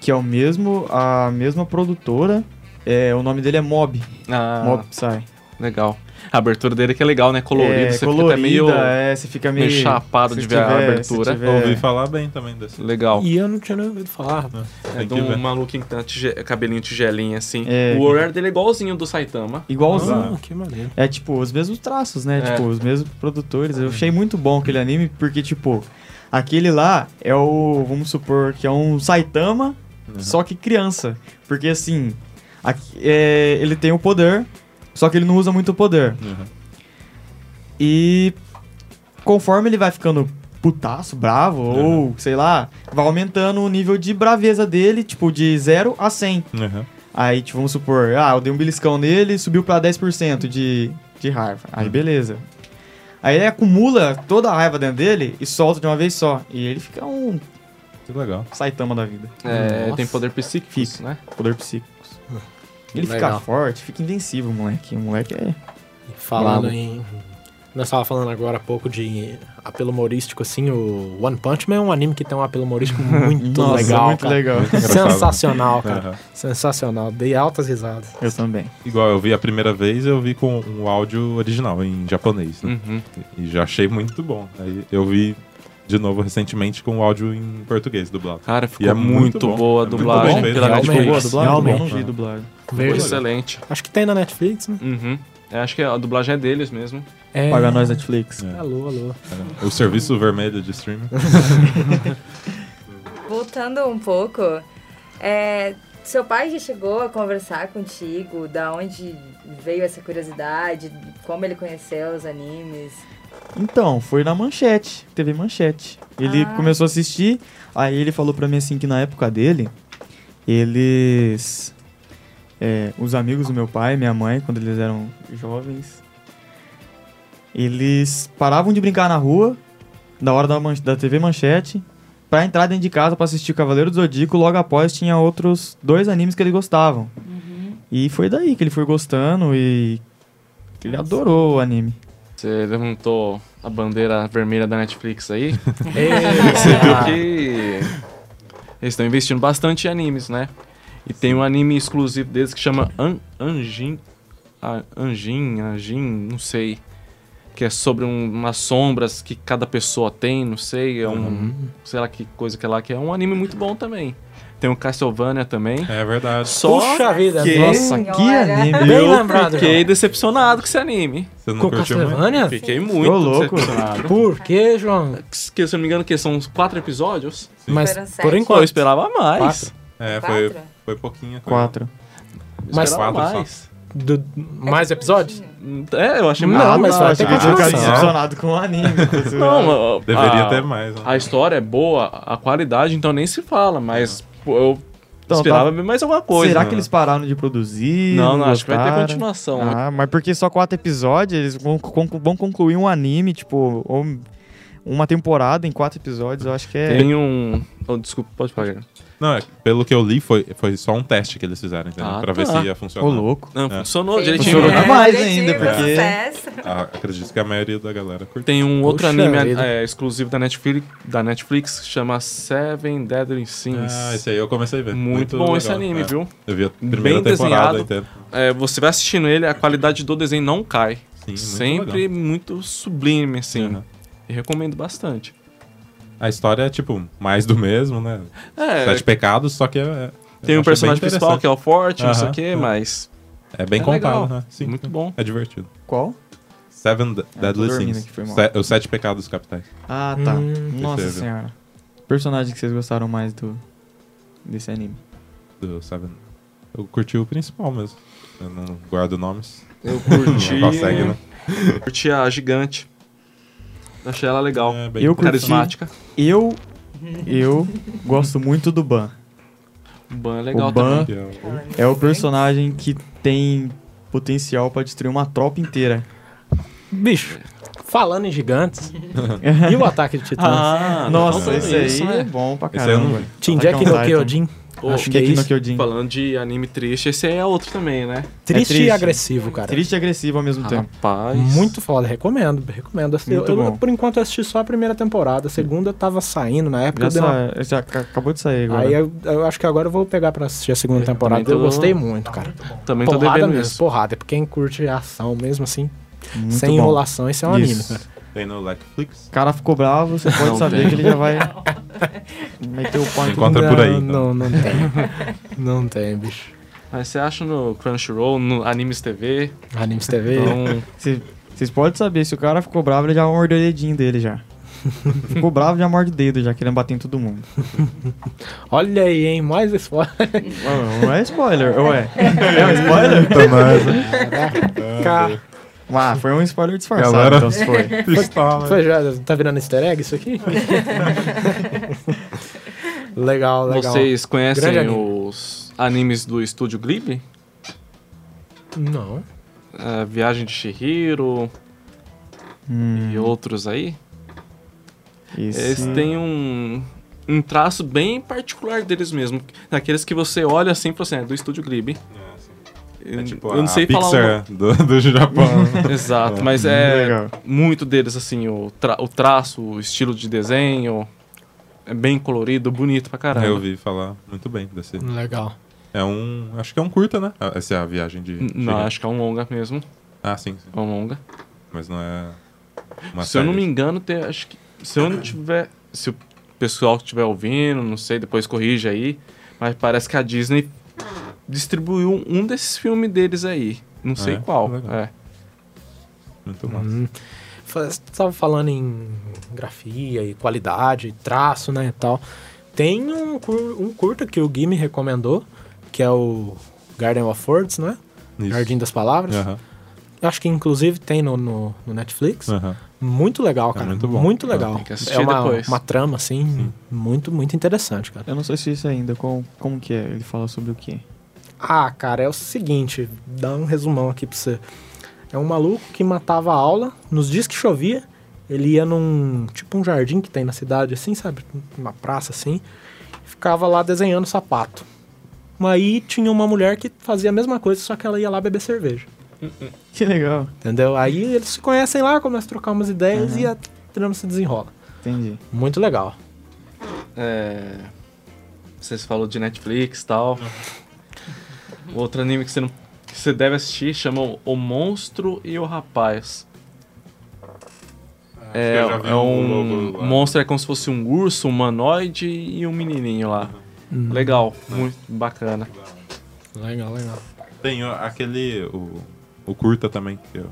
que é o mesmo. A mesma produtora. É, o nome dele é Mob.
Ah,
Mob Psy.
legal. A abertura dele que é legal, né? Colorido,
é,
você
colorida,
fica até meio,
é, você fica meio,
meio chapado
se
de ver a
tiver-
abertura.
se
Eu
É.
tiver-
Ouvi falar bem também desse.
Legal.
E eu não tinha nem ouvido falar. rapaz.
É
Tem
de
que
um
ver.
maluquinho que tem uma tige- cabelinho tigelinha, assim.
É.
O horário dele é igualzinho do Saitama.
Igualzinho.
Ah, que maneiro.
É tipo, os mesmos traços, né?
É.
Tipo, os mesmos produtores. Eu achei muito bom aquele anime, porque, tipo, aquele lá é o. Vamos supor que é um Saitama,
Uhum.
só que criança. Porque assim, aqui- é, ele tem o poder, só que ele não usa muito o poder.
Uhum.
E conforme ele vai ficando putaço, bravo,
Uhum.
ou sei lá, vai aumentando o nível de braveza dele, tipo, de 0 a 100.
Uhum.
Aí, tipo, vamos supor, ah, eu dei um beliscão nele, subiu pra 10% de, de raiva. Aí,
Uhum.
Hum.
beleza. Aí ele acumula toda a raiva dentro dele e solta de uma vez só. E ele fica um
Que legal.
Saitama da vida.
É,
Nossa.
tem poder psíquico,
Hum, Fica.
né?
Poder psíquicos. Ele
Hum, Legal.
fica forte, fica invencível, moleque. O moleque é...
Falando
Bravo.
em. Nós estávamos falando agora há pouco de apelo humorístico, assim. O One Punch Man é um anime que tem um apelo humorístico muito
Nossa,
legal.
muito
cara.
legal.
Engraçado. né?
Sensacional, cara.
Uhum.
Sensacional. Dei altas risadas.
Eu também.
Tipo,
Igual eu vi a primeira vez, eu vi com o áudio original em japonês,
Hum.
né?
Uhum.
E já achei muito bom. Aí eu vi de novo recentemente com o áudio em português dublado.
Cara, ficou
é muito
muito,
bom.
boa
É
a
muito
dublagem
bom feito.
pela
Realmente.
Netflix.
Ficou boa a dublagem?
Eu não vi dublado.
Ficou
Veja.
excelente.
Acho que tem na Netflix, né?
Uhum. Eu acho que a dublagem é deles mesmo.
É.
Paga nós, Netflix.
É.
Alô, alô.
O serviço vermelho de streaming.
Voltando um pouco, é, seu pai já chegou a conversar contigo? Da onde veio essa curiosidade? Como ele conheceu os animes?
Então, foi na Manchete, TV Manchete. Ele
Ah.
começou a assistir, aí ele falou pra mim assim que na época dele, eles. é, os amigos do meu pai, e minha mãe, quando eles eram jovens, eles paravam de brincar na rua, da hora da, man- da TV Manchete, pra entrar dentro de casa pra assistir Cavaleiro do Zodíaco. Logo após tinha outros dois animes que eles gostavam. E foi daí que ele foi gostando e. que Ele adorou o anime.
Você levantou a bandeira vermelha da Netflix aí.
É,
Você viu
Ei,
que eles estão investindo bastante em animes, né? E tem um anime exclusivo deles que chama An Anjin. Ah, Anjin, Anjin, não sei. Que é sobre um- umas sombras que cada pessoa tem, não sei. É um. Sei lá que coisa que é lá, que é um anime muito bom também. Tem tem o Castlevania também.
É verdade.
Só
Puxa vida,
que-
nossa,
Senhora.
que anime.
Bem
eu
lembrado,
fiquei
João.
decepcionado com esse anime.
Você não
com
curtiu muito?
Castlevania?
Fiquei muito
Ô, louco.
decepcionado.
Por que, João?
Que, se eu não me engano, que são uns quatro episódios.
Mas
Foram sete.
por
Eu
enquanto.
esperava mais.
É, foi,
Quatro?
foi pouquinho. Foi.
Quatro.
Eu
Mas-
esperava
Quatro só.
mais.
do- mais episódios?
É, eu achei
Não,
Ah,
mal.
mas vai ter
acho que eu
continuação.
fiquei decepcionado com o anime. <laughs>
Não,
É, Deveria
Ah.
a,
ter mais. Né?
A história é boa, a qualidade então nem se fala, mas pô, eu
Então,
esperava
tá-
ver mais alguma coisa.
Será
né?
que eles pararam de produzir?
Não, não, acho que vai ter
gostaram?
continuação. né?
Ah, mas porque só quatro episódios, eles vão, con- vão concluir um anime, tipo, ou uma temporada em quatro episódios, eu acho que é.
Tem um. oh, desculpa, pode pagar.
Não, é, pelo que eu li, foi, foi só um teste que eles fizeram, entendeu?
Ah,
pra
tá.
ver se ia
Ô,
funcionar.
louco.
Não,
É.
funcionou
Sim.
direitinho.
Funcionou
né?
demais.
direitinho,
ainda, porque-
sucesso.
Ah, acredito que a maioria da galera curtiu.
Tem um outro
Puxa
anime
vida.
é, exclusivo da Netflix, da Netflix que chama Seven Deadly Sins.
Ah, esse aí eu comecei a ver.
Muito, bom
legal.
esse anime,
É.
viu?
Eu vi a primeira temporada
desenhado.
inteira.
É, você vai assistindo ele, a qualidade do desenho não cai.
Sim, muito
Sempre
legal.
muito sublime, assim.
Uhum.
E recomendo bastante.
A história é, tipo, mais do mesmo, né?
É,
Sete pecados, só que é- é...
tem
eu achei
um personagem
bem
principal que é o forte, não sei o
Aham,
quê,
é.
mas
interessante. É bem
é
contado,
legal.
né? Sim,
Muito bom.
É divertido.
Qual?
Seven de- Deadly
Ah, dormindo
Sins.
aqui, foi mal.
Se- os Sete Pecados Capitais.
Ah, tá.
Hum,
Nossa
Percebe.
senhora. Personagem que vocês gostaram mais do desse anime.
Do Seven... Eu curti o principal mesmo. Eu não guardo nomes.
eu curti.
Não consegue, né?
Curti a gigante. Achei ela legal.
É, bem
Eu
interessante.
curti.
Carismática.
Eu eu gosto muito do Ban.
O Ban é legal
O Ban-
também.
Que é o-
É o personagem que tem potencial pra destruir uma tropa inteira.
Bicho, falando em gigantes. e o ataque de titãs?
Ah,
Nossa,
não,
esse aí
isso,
é
né?
bom pra
Esse aí eu não
caramba.
vi.
Team
Attack
Jack
on
no
Titan.
Kyojin.
Ô,
Acho
que
que
é
aqui no
isso.
Kyojin.
Falando de anime triste, esse aí é outro também, né?
Triste,
triste.
e agressivo, cara.
Triste e agressivo ao mesmo
Ah,
tempo.
Rapaz.
Muito foda, recomendo, recomendo. Eu-
Muito
eu,
bom.
por enquanto, eu assisti só a primeira temporada. A segunda tava saindo na época.
Já,
eu dei uma-
sa- já é, ca- acabou de sair agora.
Aí eu, eu acho que agora eu vou pegar pra assistir a segunda temporada.
também
Eu
tô-
gostei muito, cara.
Também tô
porrada
devendo
mesmo,
isso.
porrada. É pra quem curte ação mesmo, assim,
Muito
sem
bom.
enrolação, esse é um anime,
Isso.
cara.
Tem no Netflix.
O cara ficou bravo, você pode
Não
saber
tem.
que ele já vai meter o pau em todo
Encontra
não,
por aí, então.
Não, não tem. não tem, bicho.
Mas você acha no Crunchyroll, no Animes TV,
Animes TV.
então
Cê- Vocês podem saber, se o cara ficou bravo, ele já mordeu o dedinho dele já. ficou bravo, já morde o dedo, já querendo bater em todo mundo.
Olha aí, hein? Mais spoiler.
Ué, Não é spoiler, ué. É um spoiler?
<laughs>
Cara,
Ah, foi um spoiler disfarçado,
Galera.
então se foi.
<laughs> Pistola.
foi já, tá virando easter egg isso aqui? legal, legal.
vocês conhecem
Grande anime.
os animes do estúdio Ghibli?
Não.
É, Viagem de Shihiro
Hum,
e outros aí? Eles
esse...
têm um, um traço bem particular deles mesmo. Daqueles que você olha assim e fala assim, é do estúdio Ghibli. Eu,
É tipo
eu não sei
a Pixar
falar
do, do Japão. <laughs>
o... Exato, mas é
Legal.
muito deles, assim, o, tra- o traço, o estilo de desenho. É bem colorido, bonito pra caramba.
É, Eu ouvi falar muito bem desse.
Legal.
É um. Acho que é um curta, né? Ah, Essa é a viagem de.
N- Não, acho que é um longa mesmo.
Ah, sim, sim.
É um longa.
Mas não é. Uma
se eu não me
série.
engano, tem, acho que. Se eu não tiver. Se o pessoal que estiver ouvindo, não sei, depois corrija aí. Mas parece que a Disney distribuiu um desses filmes deles aí. Não sei
é?
qual.
Legal.
É.
Muito massa.
Hum. Fa- Você tava falando em grafia e qualidade, traço, né, e tal. Tem um, cur- um curta que o Gui me recomendou, que é o Garden of Words, né?
Isso.
Jardim das Palavras.
Aham,
Eu acho que inclusive tem no, no- no Netflix.
aham.
Muito legal, cara.
É. muito bom.
legal.
Tem que assistir
é uma,
depois.
uma trama, assim, muito, muito interessante, cara.
Eu não sei se isso ainda, como, como que é? Ele fala sobre o quê?
Ah, cara, é o seguinte, dá um resumão aqui pra você. É um maluco que matava a aula, nos dias que chovia, ele ia num, tipo um jardim que tem na cidade, assim, sabe? Uma praça, assim, e ficava lá desenhando sapato. Aí tinha uma mulher que fazia a mesma coisa, só que ela ia lá beber cerveja,
<laughs> Que legal.
entendeu? Aí eles se conhecem lá, começam a trocar umas ideias
Uhum.
e a trama se desenrola.
Entendi.
Muito legal.
É, Vocês falaram de Netflix e tal. Outro anime que você, não... que você deve assistir chama O- O Monstro e o Rapaz. É,
eu já vi
é
o
um
logo lá.
é monstro, é como se fosse um urso, um humanoide e um menininho lá. Legal, muito bacana.
Legal, legal.
Tem ó, aquele. O, o curta também. Que eu...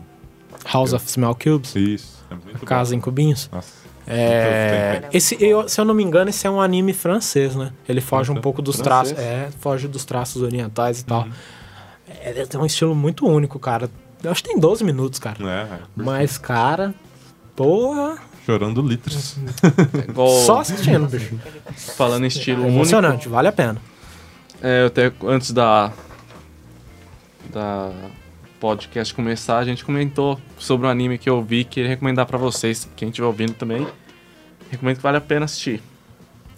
House of Small Cubes,
Isso. É muito bom.
Casa em Cubinhos.
Nossa.
É, esse, eu- se eu não me engano, esse é um anime francês, né? Ele foge um
Então,
pouco dos
francês?
traços. É, foge dos traços orientais e
Uhum.
tal. É, ele tem um estilo muito único, cara. Eu acho que tem 12 minutos, cara.
É,
Mas, cara, porra.
chorando litros.
Igual,
Só assistindo, bicho.
falando em estilo
É
único.
emocionante, vale a pena.
É, eu até antes da da podcast começar, a gente comentou sobre um anime que eu vi que queria recomendar pra vocês, quem estiver ouvindo também. Recomendo que vale a pena assistir.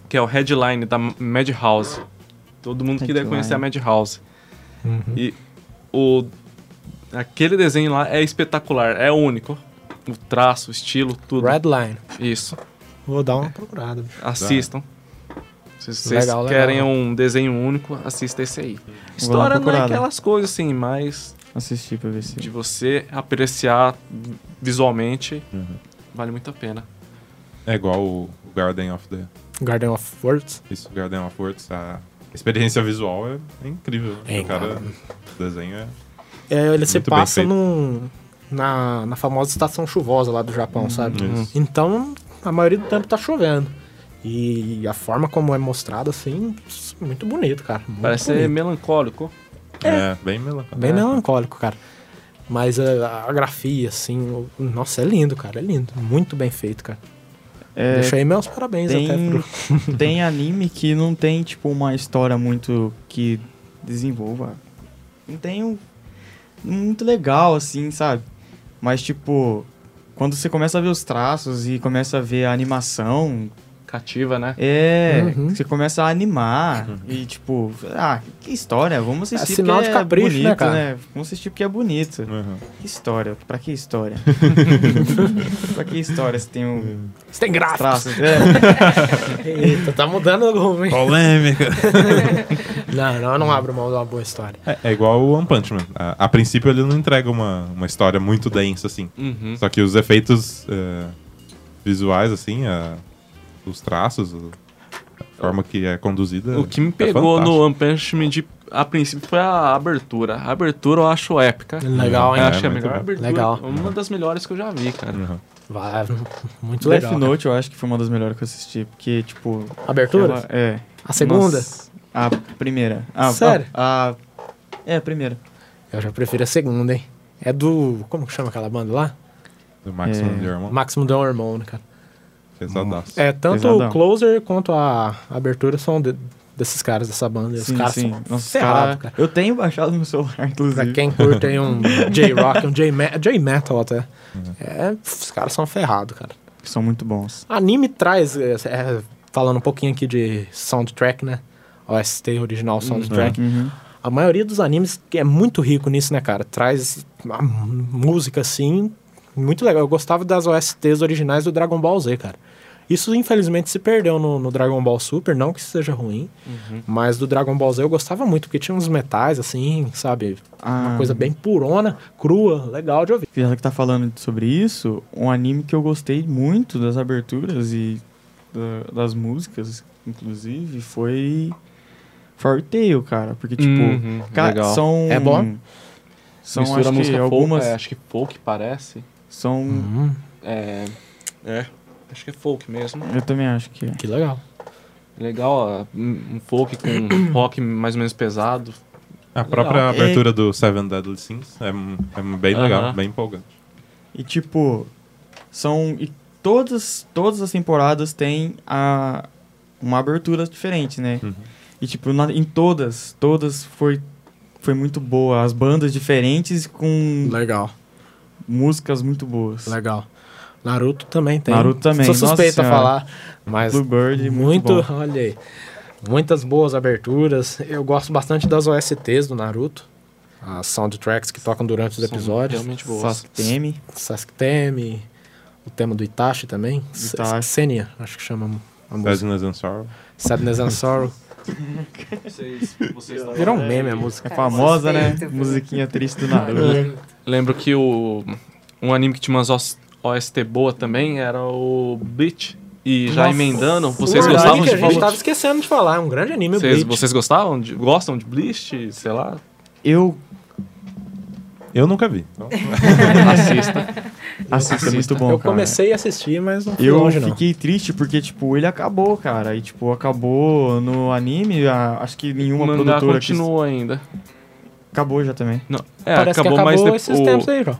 Que é o Headline da Madhouse. Todo mundo que deve
Headline.
conhecer a Madhouse.
Uhum.
E o aquele desenho lá é espetacular, é único. O traço, o estilo, tudo.
Redline.
Isso.
Vou dar uma procurada, bicho.
Assistam. Se vocês
Legal, legal.
querem um desenho único, assista esse aí. História não é
procurada.
aquelas coisas assim, mas
Assistir pra ver se.
de você apreciar visualmente, vale muito a pena.
É igual o o Garden of the.
Garden of Words.
Isso, Garden of Words. A experiência visual é, é incrível.
É,
o cara. O desenho é.
É, ele se
Muito bem
passa
feito.
num, na, na famosa estação chuvosa lá do Japão,
Uhum.
sabe?
Uhum.
Isso.
Então, a maioria do tempo tá chovendo. E a forma como é mostrado, assim, muito bonito, cara. Muito
Parece ser
bonito.
melancólico.
É, bem melancólico.
Bem melancólico, cara. Mas é, a, a grafia, assim, o- nossa, é lindo, cara. É lindo. Muito bem feito, cara.
É,
Deixa aí meus parabéns
tem,
até pro.
<laughs> tem anime que não tem, tipo, uma história muito que desenvolva. Não tem um. Muito legal, assim, sabe? Mas, tipo, quando você começa a ver os traços e começa a ver a animação,
Cativa, né?
é.
Uhum.
Você começa a animar e, tipo, ah, que história, vamos assistir.
É sinal
porque
de capricho, né,
bonito,
cara?
Vamos assistir porque é bonito.
Uhum.
Que história? Pra que história?
<laughs>
pra que história se tem um
Você <laughs> tem graça. <laughs>
traço? É.
Eita, tá mudando o rumo, hein?
Polêmica! <laughs>
Não, não, eu não abro mão de uma boa história.
É, é igual o One Punch Man. A, a princípio ele não entrega uma, uma história muito densa, assim.
Uhum.
Só que os efeitos eh, visuais, assim, a- os traços, o- a forma que é conduzida.
O que me
é
pegou no
fantástico.
One Punch Man de, a princípio foi a abertura. A abertura eu acho épica.
Legal, hein?
eu
É,
acho a
muito
melhor
bom.
abertura.
Legal.
Uma das melhores que eu já vi, cara.
Uhum.
Vai, <laughs> muito
Death
legal. cara.
Note eu acho que foi uma das melhores que eu assisti, porque, tipo.
Abertura?
ela- é.
A segunda?
Nossa, a primeira. Ah, A,
Sério?
A, a- é, a primeira.
Eu já prefiro a segunda, hein? É do. Como que chama aquela banda lá?
Do Maximum
É.
de Hormone.
Maximum Down Hormone, né, cara.
Pesadaço.
É, tanto
Pesadão.
o Closer quanto a abertura são de- desses caras, dessa banda. Os
sim,
caras
sim.
são
Nossa, os
ferrados,
cara-
cara.
Eu tenho baixado no meu celular, inclusive.
Pra quem curte aí
<laughs>
um J-Rock, um J-Me- J-Metal até.
Uhum.
É, os caras são ferrados, cara.
Que são muito bons.
Anime traz, é, é, falando um pouquinho aqui de soundtrack, né? OST, original soundtrack.
Uhum.
A maioria dos animes é muito rico nisso, né, cara? Traz uma música, assim, muito legal. Eu gostava das OSTs originais do Dragon Ball Z, cara. Isso, infelizmente, se perdeu no, no Dragon Ball Super, não que isso seja ruim,
Uhum.
mas do Dragon Ball Z eu gostava muito, porque tinha uns metais, assim, sabe? Uma
Ah.
coisa bem purona, crua, legal de ouvir.
Já que tá falando sobre isso, um anime que eu gostei muito das aberturas e da- das músicas, inclusive, foi Fairy Tail, cara. Porque, tipo,
Uhum,
ca-
legal.
são.
É bom?
São
Mistura
acho que
música folk,
algumas.
é, acho que folk parece.
São.
É, é, acho que é folk mesmo.
Eu também acho que é.
Que legal.
Legal, ó, um um folk com <coughs> rock mais ou menos pesado.
A própria
É-
abertura do Seven Deadly Sins é, um- é bem legal,
Aham.
bem empolgante.
E tipo, são. E todas, todas as temporadas têm a, uma abertura diferente, né?
Uhum.
E tipo, na- em todas, todas foi, foi muito boa. As bandas diferentes com
Legal,
músicas muito boas.
legal. Naruto também tem.
Naruto também,
Sou
nossa
suspeito a
senhora.
falar, mas
Bluebird, muito,
muito,
muito bom.
olha aí, muitas boas aberturas. Eu gosto bastante das OSTs do Naruto, as soundtracks que tocam durante os
São
episódios.
Realmente boas.
Sasutemi.
Sasuke-Teme, o tema do Itachi também, S-
Itachi.
Senya, acho que chama a música.
Sadness and Sorrow.
Sadness and Sorrow.
Vocês, vocês
Virou um meme a música.
É famosa, né?
Suspeito, viu?
Musiquinha triste do Naruto.
Lembro que o um anime que tinha umas OS OST boa também era o Bleach. E já
Nossa. é
emendando, vocês
Verdade
gostavam
que
de
a gente
Bleach?
tava esquecendo de falar, é um grande anime, o
Vocês,
Bleach.
vocês gostavam de, gostam de Bleach? Sei lá,
Eu
Eu nunca vi. Então,
assista.
assisto, é muito bom,
eu
cara.
comecei a assistir, mas não fui
Eu
longe, não.
fiquei triste porque, tipo, ele acabou, cara. E, tipo, acabou no anime, a- acho que nenhuma
o mangá
produtora
continua ainda.
que... Acabou já também.
Não, é,
Parece
acabou,
que
mas
acabou
depois-
esses
o,
tempos aí, João.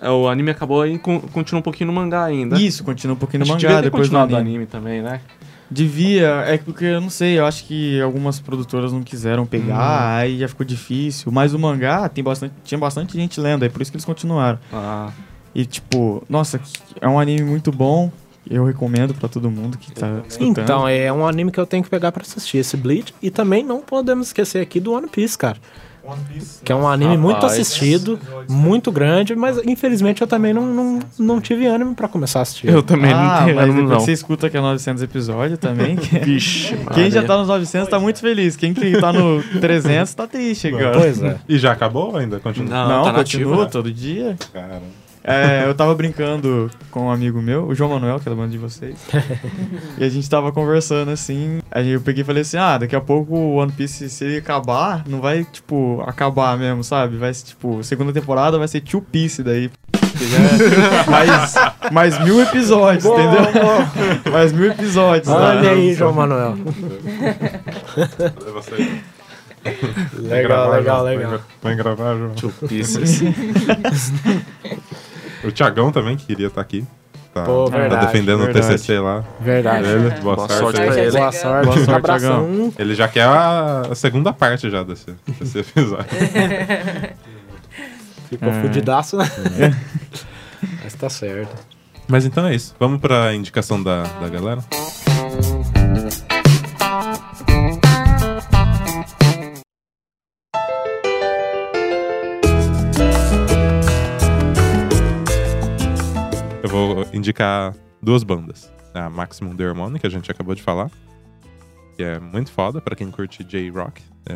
é, o anime acabou e con- continua um pouquinho no mangá ainda.
Isso, continua um pouquinho no
Acho que
mangá,
devia ter
depois no
continuado
anime.
no anime também, né?
Devia, é porque eu não sei, eu acho que algumas produtoras não quiseram pegar,
Hum.
aí já ficou difícil. Mas o mangá tem bastante, tinha bastante gente lendo, é por isso que eles continuaram.
Ah,
E tipo, nossa, é um anime muito bom. Eu recomendo pra todo mundo que tá escutando.
Então, é um anime que eu tenho que pegar pra assistir, esse Bleach. E também não podemos esquecer aqui do One Piece, cara. Que é um anime
Rapaz.
muito assistido, muito grande, mas infelizmente eu também não, não, não tive ânimo pra começar a assistir.
eu também
ah,
não tenho
mas
ânimo,
depois
não.
você escuta que é 900
<laughs>
episódio também. que-
Vixe,
Quem já
Maria.
tá nos 900 tá muito feliz. Quem que tá no 300 tá triste agora.
Pois é.
E já acabou ou ainda? Continua.
Não,
Não,
tá nativo,
continua
né?
todo dia.
Cara.
É, eu tava brincando com um amigo meu, o João Manuel, que é da banda de vocês. e a gente tava conversando assim. Aí eu peguei e falei assim: ah, daqui a pouco o One Piece, se ele acabar, não vai, tipo, acabar mesmo, sabe? Vai ser, tipo, segunda temporada vai ser Two Piece daí. porque já é <laughs> mais, mais mil episódios, entendeu? mais mil episódios.
Olha
né?
aí, João Manuel.
É você. Vai
<laughs> Legal,
gravar,
legal,
João.
legal.
Vai gra- vai gravar, João.
Two Pieces.
<laughs> O Tiagão também queria estar aqui. Tá,
Pô,
tá
verdade,
defendendo
verdade.
o TCC lá.
Verdade.
Ele, É, boa,
É. Boa
sorte.
sorte
pra
pra
ele.
ele.
Boa
Legal.
sorte,
Boa sorte,
abração.
Ele já quer a, a segunda parte já desse, desse episódio.
Ficou
É.
fudidaço. né? Mas tá certo.
Mas então é isso. Vamos pra indicação da, da galera? Eu vou indicar duas bandas. A Maximum The Harmony, que a gente acabou de falar. Que é muito foda pra quem curte J-Rock. É,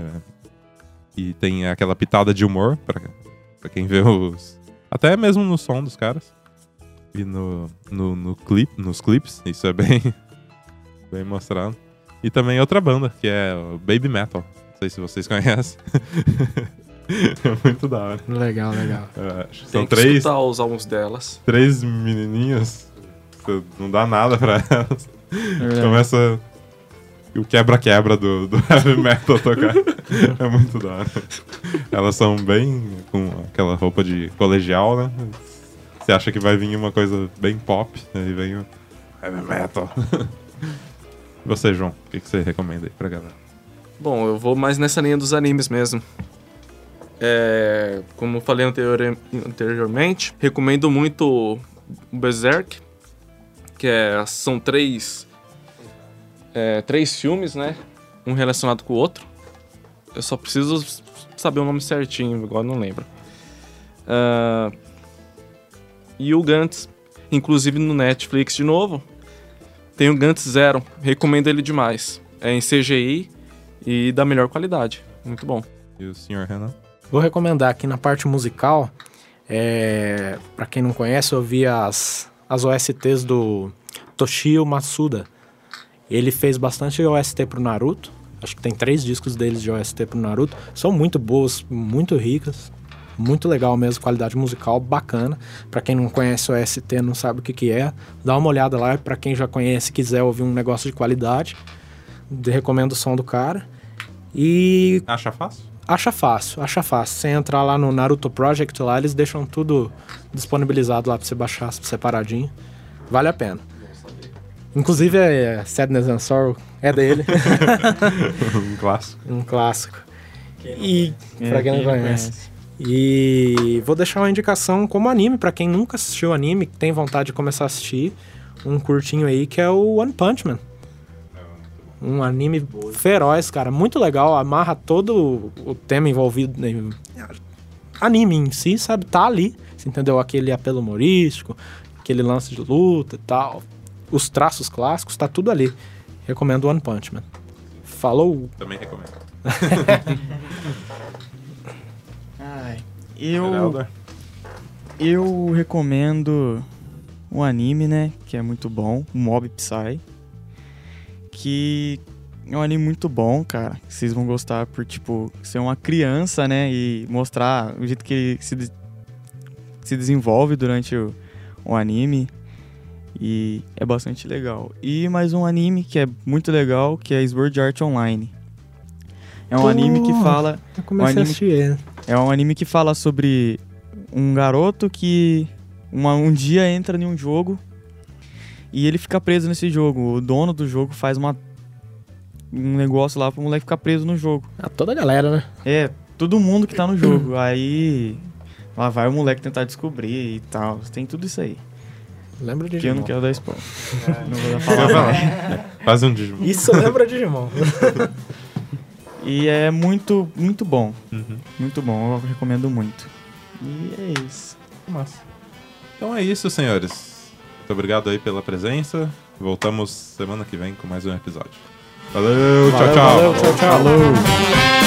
E tem aquela pitada de humor pra, pra quem vê os... Até mesmo no som dos caras e no, no, no clip, nos clipes, isso é bem, <laughs> bem mostrado. E também outra banda, que é o Baby Metal. Não sei se vocês <laughs> conhecem. é muito da hora.
Legal, legal.
É, acho que
Tem
são
que
três,
escutar os álbuns delas.
três menininhas. que Não dá nada pra elas. Começa o quebra-quebra do, <laughs> do heavy metal tocar. é muito da hora. Elas são bem com aquela roupa de colegial, né? Você acha que vai vir uma coisa bem pop, aí vem o heavy metal. <laughs> E você, João, o que, que você recomenda aí pra galera?
Bom, eu vou mais nessa linha dos animes mesmo. É, como eu falei anterior- anteriormente, recomendo muito o Berserk, que é- são três, é, três filmes, né? Um relacionado com o outro. Eu só preciso saber o nome certinho, agora não lembro. Ah, e o Gantz, inclusive no Netflix de novo, tem o Gantz Zero, recomendo ele demais. É em CGI, e da melhor qualidade. Muito bom.
E o senhor Renan?
Vou recomendar aqui na parte musical. É, para quem não conhece, eu vi as, as OSTs do Toshio Matsuda. Ele fez bastante OST pro Naruto. Acho que tem três discos deles de OST pro Naruto. São muito boas, muito ricas. Muito legal mesmo, qualidade musical bacana. Pra quem não conhece OST, não sabe o que, que é, dá uma olhada lá. Pra quem já conhece e quiser ouvir um negócio de qualidade, de- recomendo o som do cara. E
Acha fácil?
Acha fácil, acha fácil. Você entrar lá no Naruto Project, lá eles deixam tudo disponibilizado lá pra você baixar separadinho. Vale a pena. Inclusive, é Sadness and Sorrow é dele,
<laughs>
<laughs>
um clássico.
um clássico. E, pra quem não conhece.
conhece.
E vou deixar uma indicação como anime, pra quem nunca assistiu anime, que tem vontade de começar a assistir, um curtinho aí que é o One Punch Man. Um anime feroz, cara, muito legal, amarra todo o tema envolvido em anime em si, sabe? Tá ali, você entendeu? Aquele apelo humorístico, aquele lance de luta e tal, os traços clássicos, tá tudo ali. Recomendo One Punch Man. Falou!
Também recomendo.
Ai, eu, eu recomendo um anime, né? Que é muito bom, Mob Psy. Que é um anime muito bom, cara. que Vocês vão gostar por, tipo, ser uma criança, né? E mostrar o jeito que ele se, de- se desenvolve durante o, o anime. E é bastante legal. E mais um anime que é muito legal, que é Sword Art Online. É um anime que
Pô.
fala
Eu comecei
anime-
a assistir ele.
é um anime que fala sobre um garoto que uma- um dia entra em um jogo e ele fica preso nesse jogo. O dono do jogo faz uma- um negócio lá pro moleque ficar preso no jogo.
Ah, toda a galera, né?
É, todo mundo que tá no jogo. Aí lá vai o moleque tentar descobrir e tal. Tem tudo isso aí.
Lembra de
Que eu não
Digimon.
quero dar spoiler. Não vou dar
Vai <laughs>
falar.
falar. Faz um Digimon.
Isso lembra de Digimon.
E é muito, muito bom.
Uhum.
Muito bom. Eu recomendo muito. E é isso.
Então é isso, senhores. Muito obrigado aí pela presença. Voltamos semana que vem com mais um episódio. Valeu, tchau, tchau.
Falou.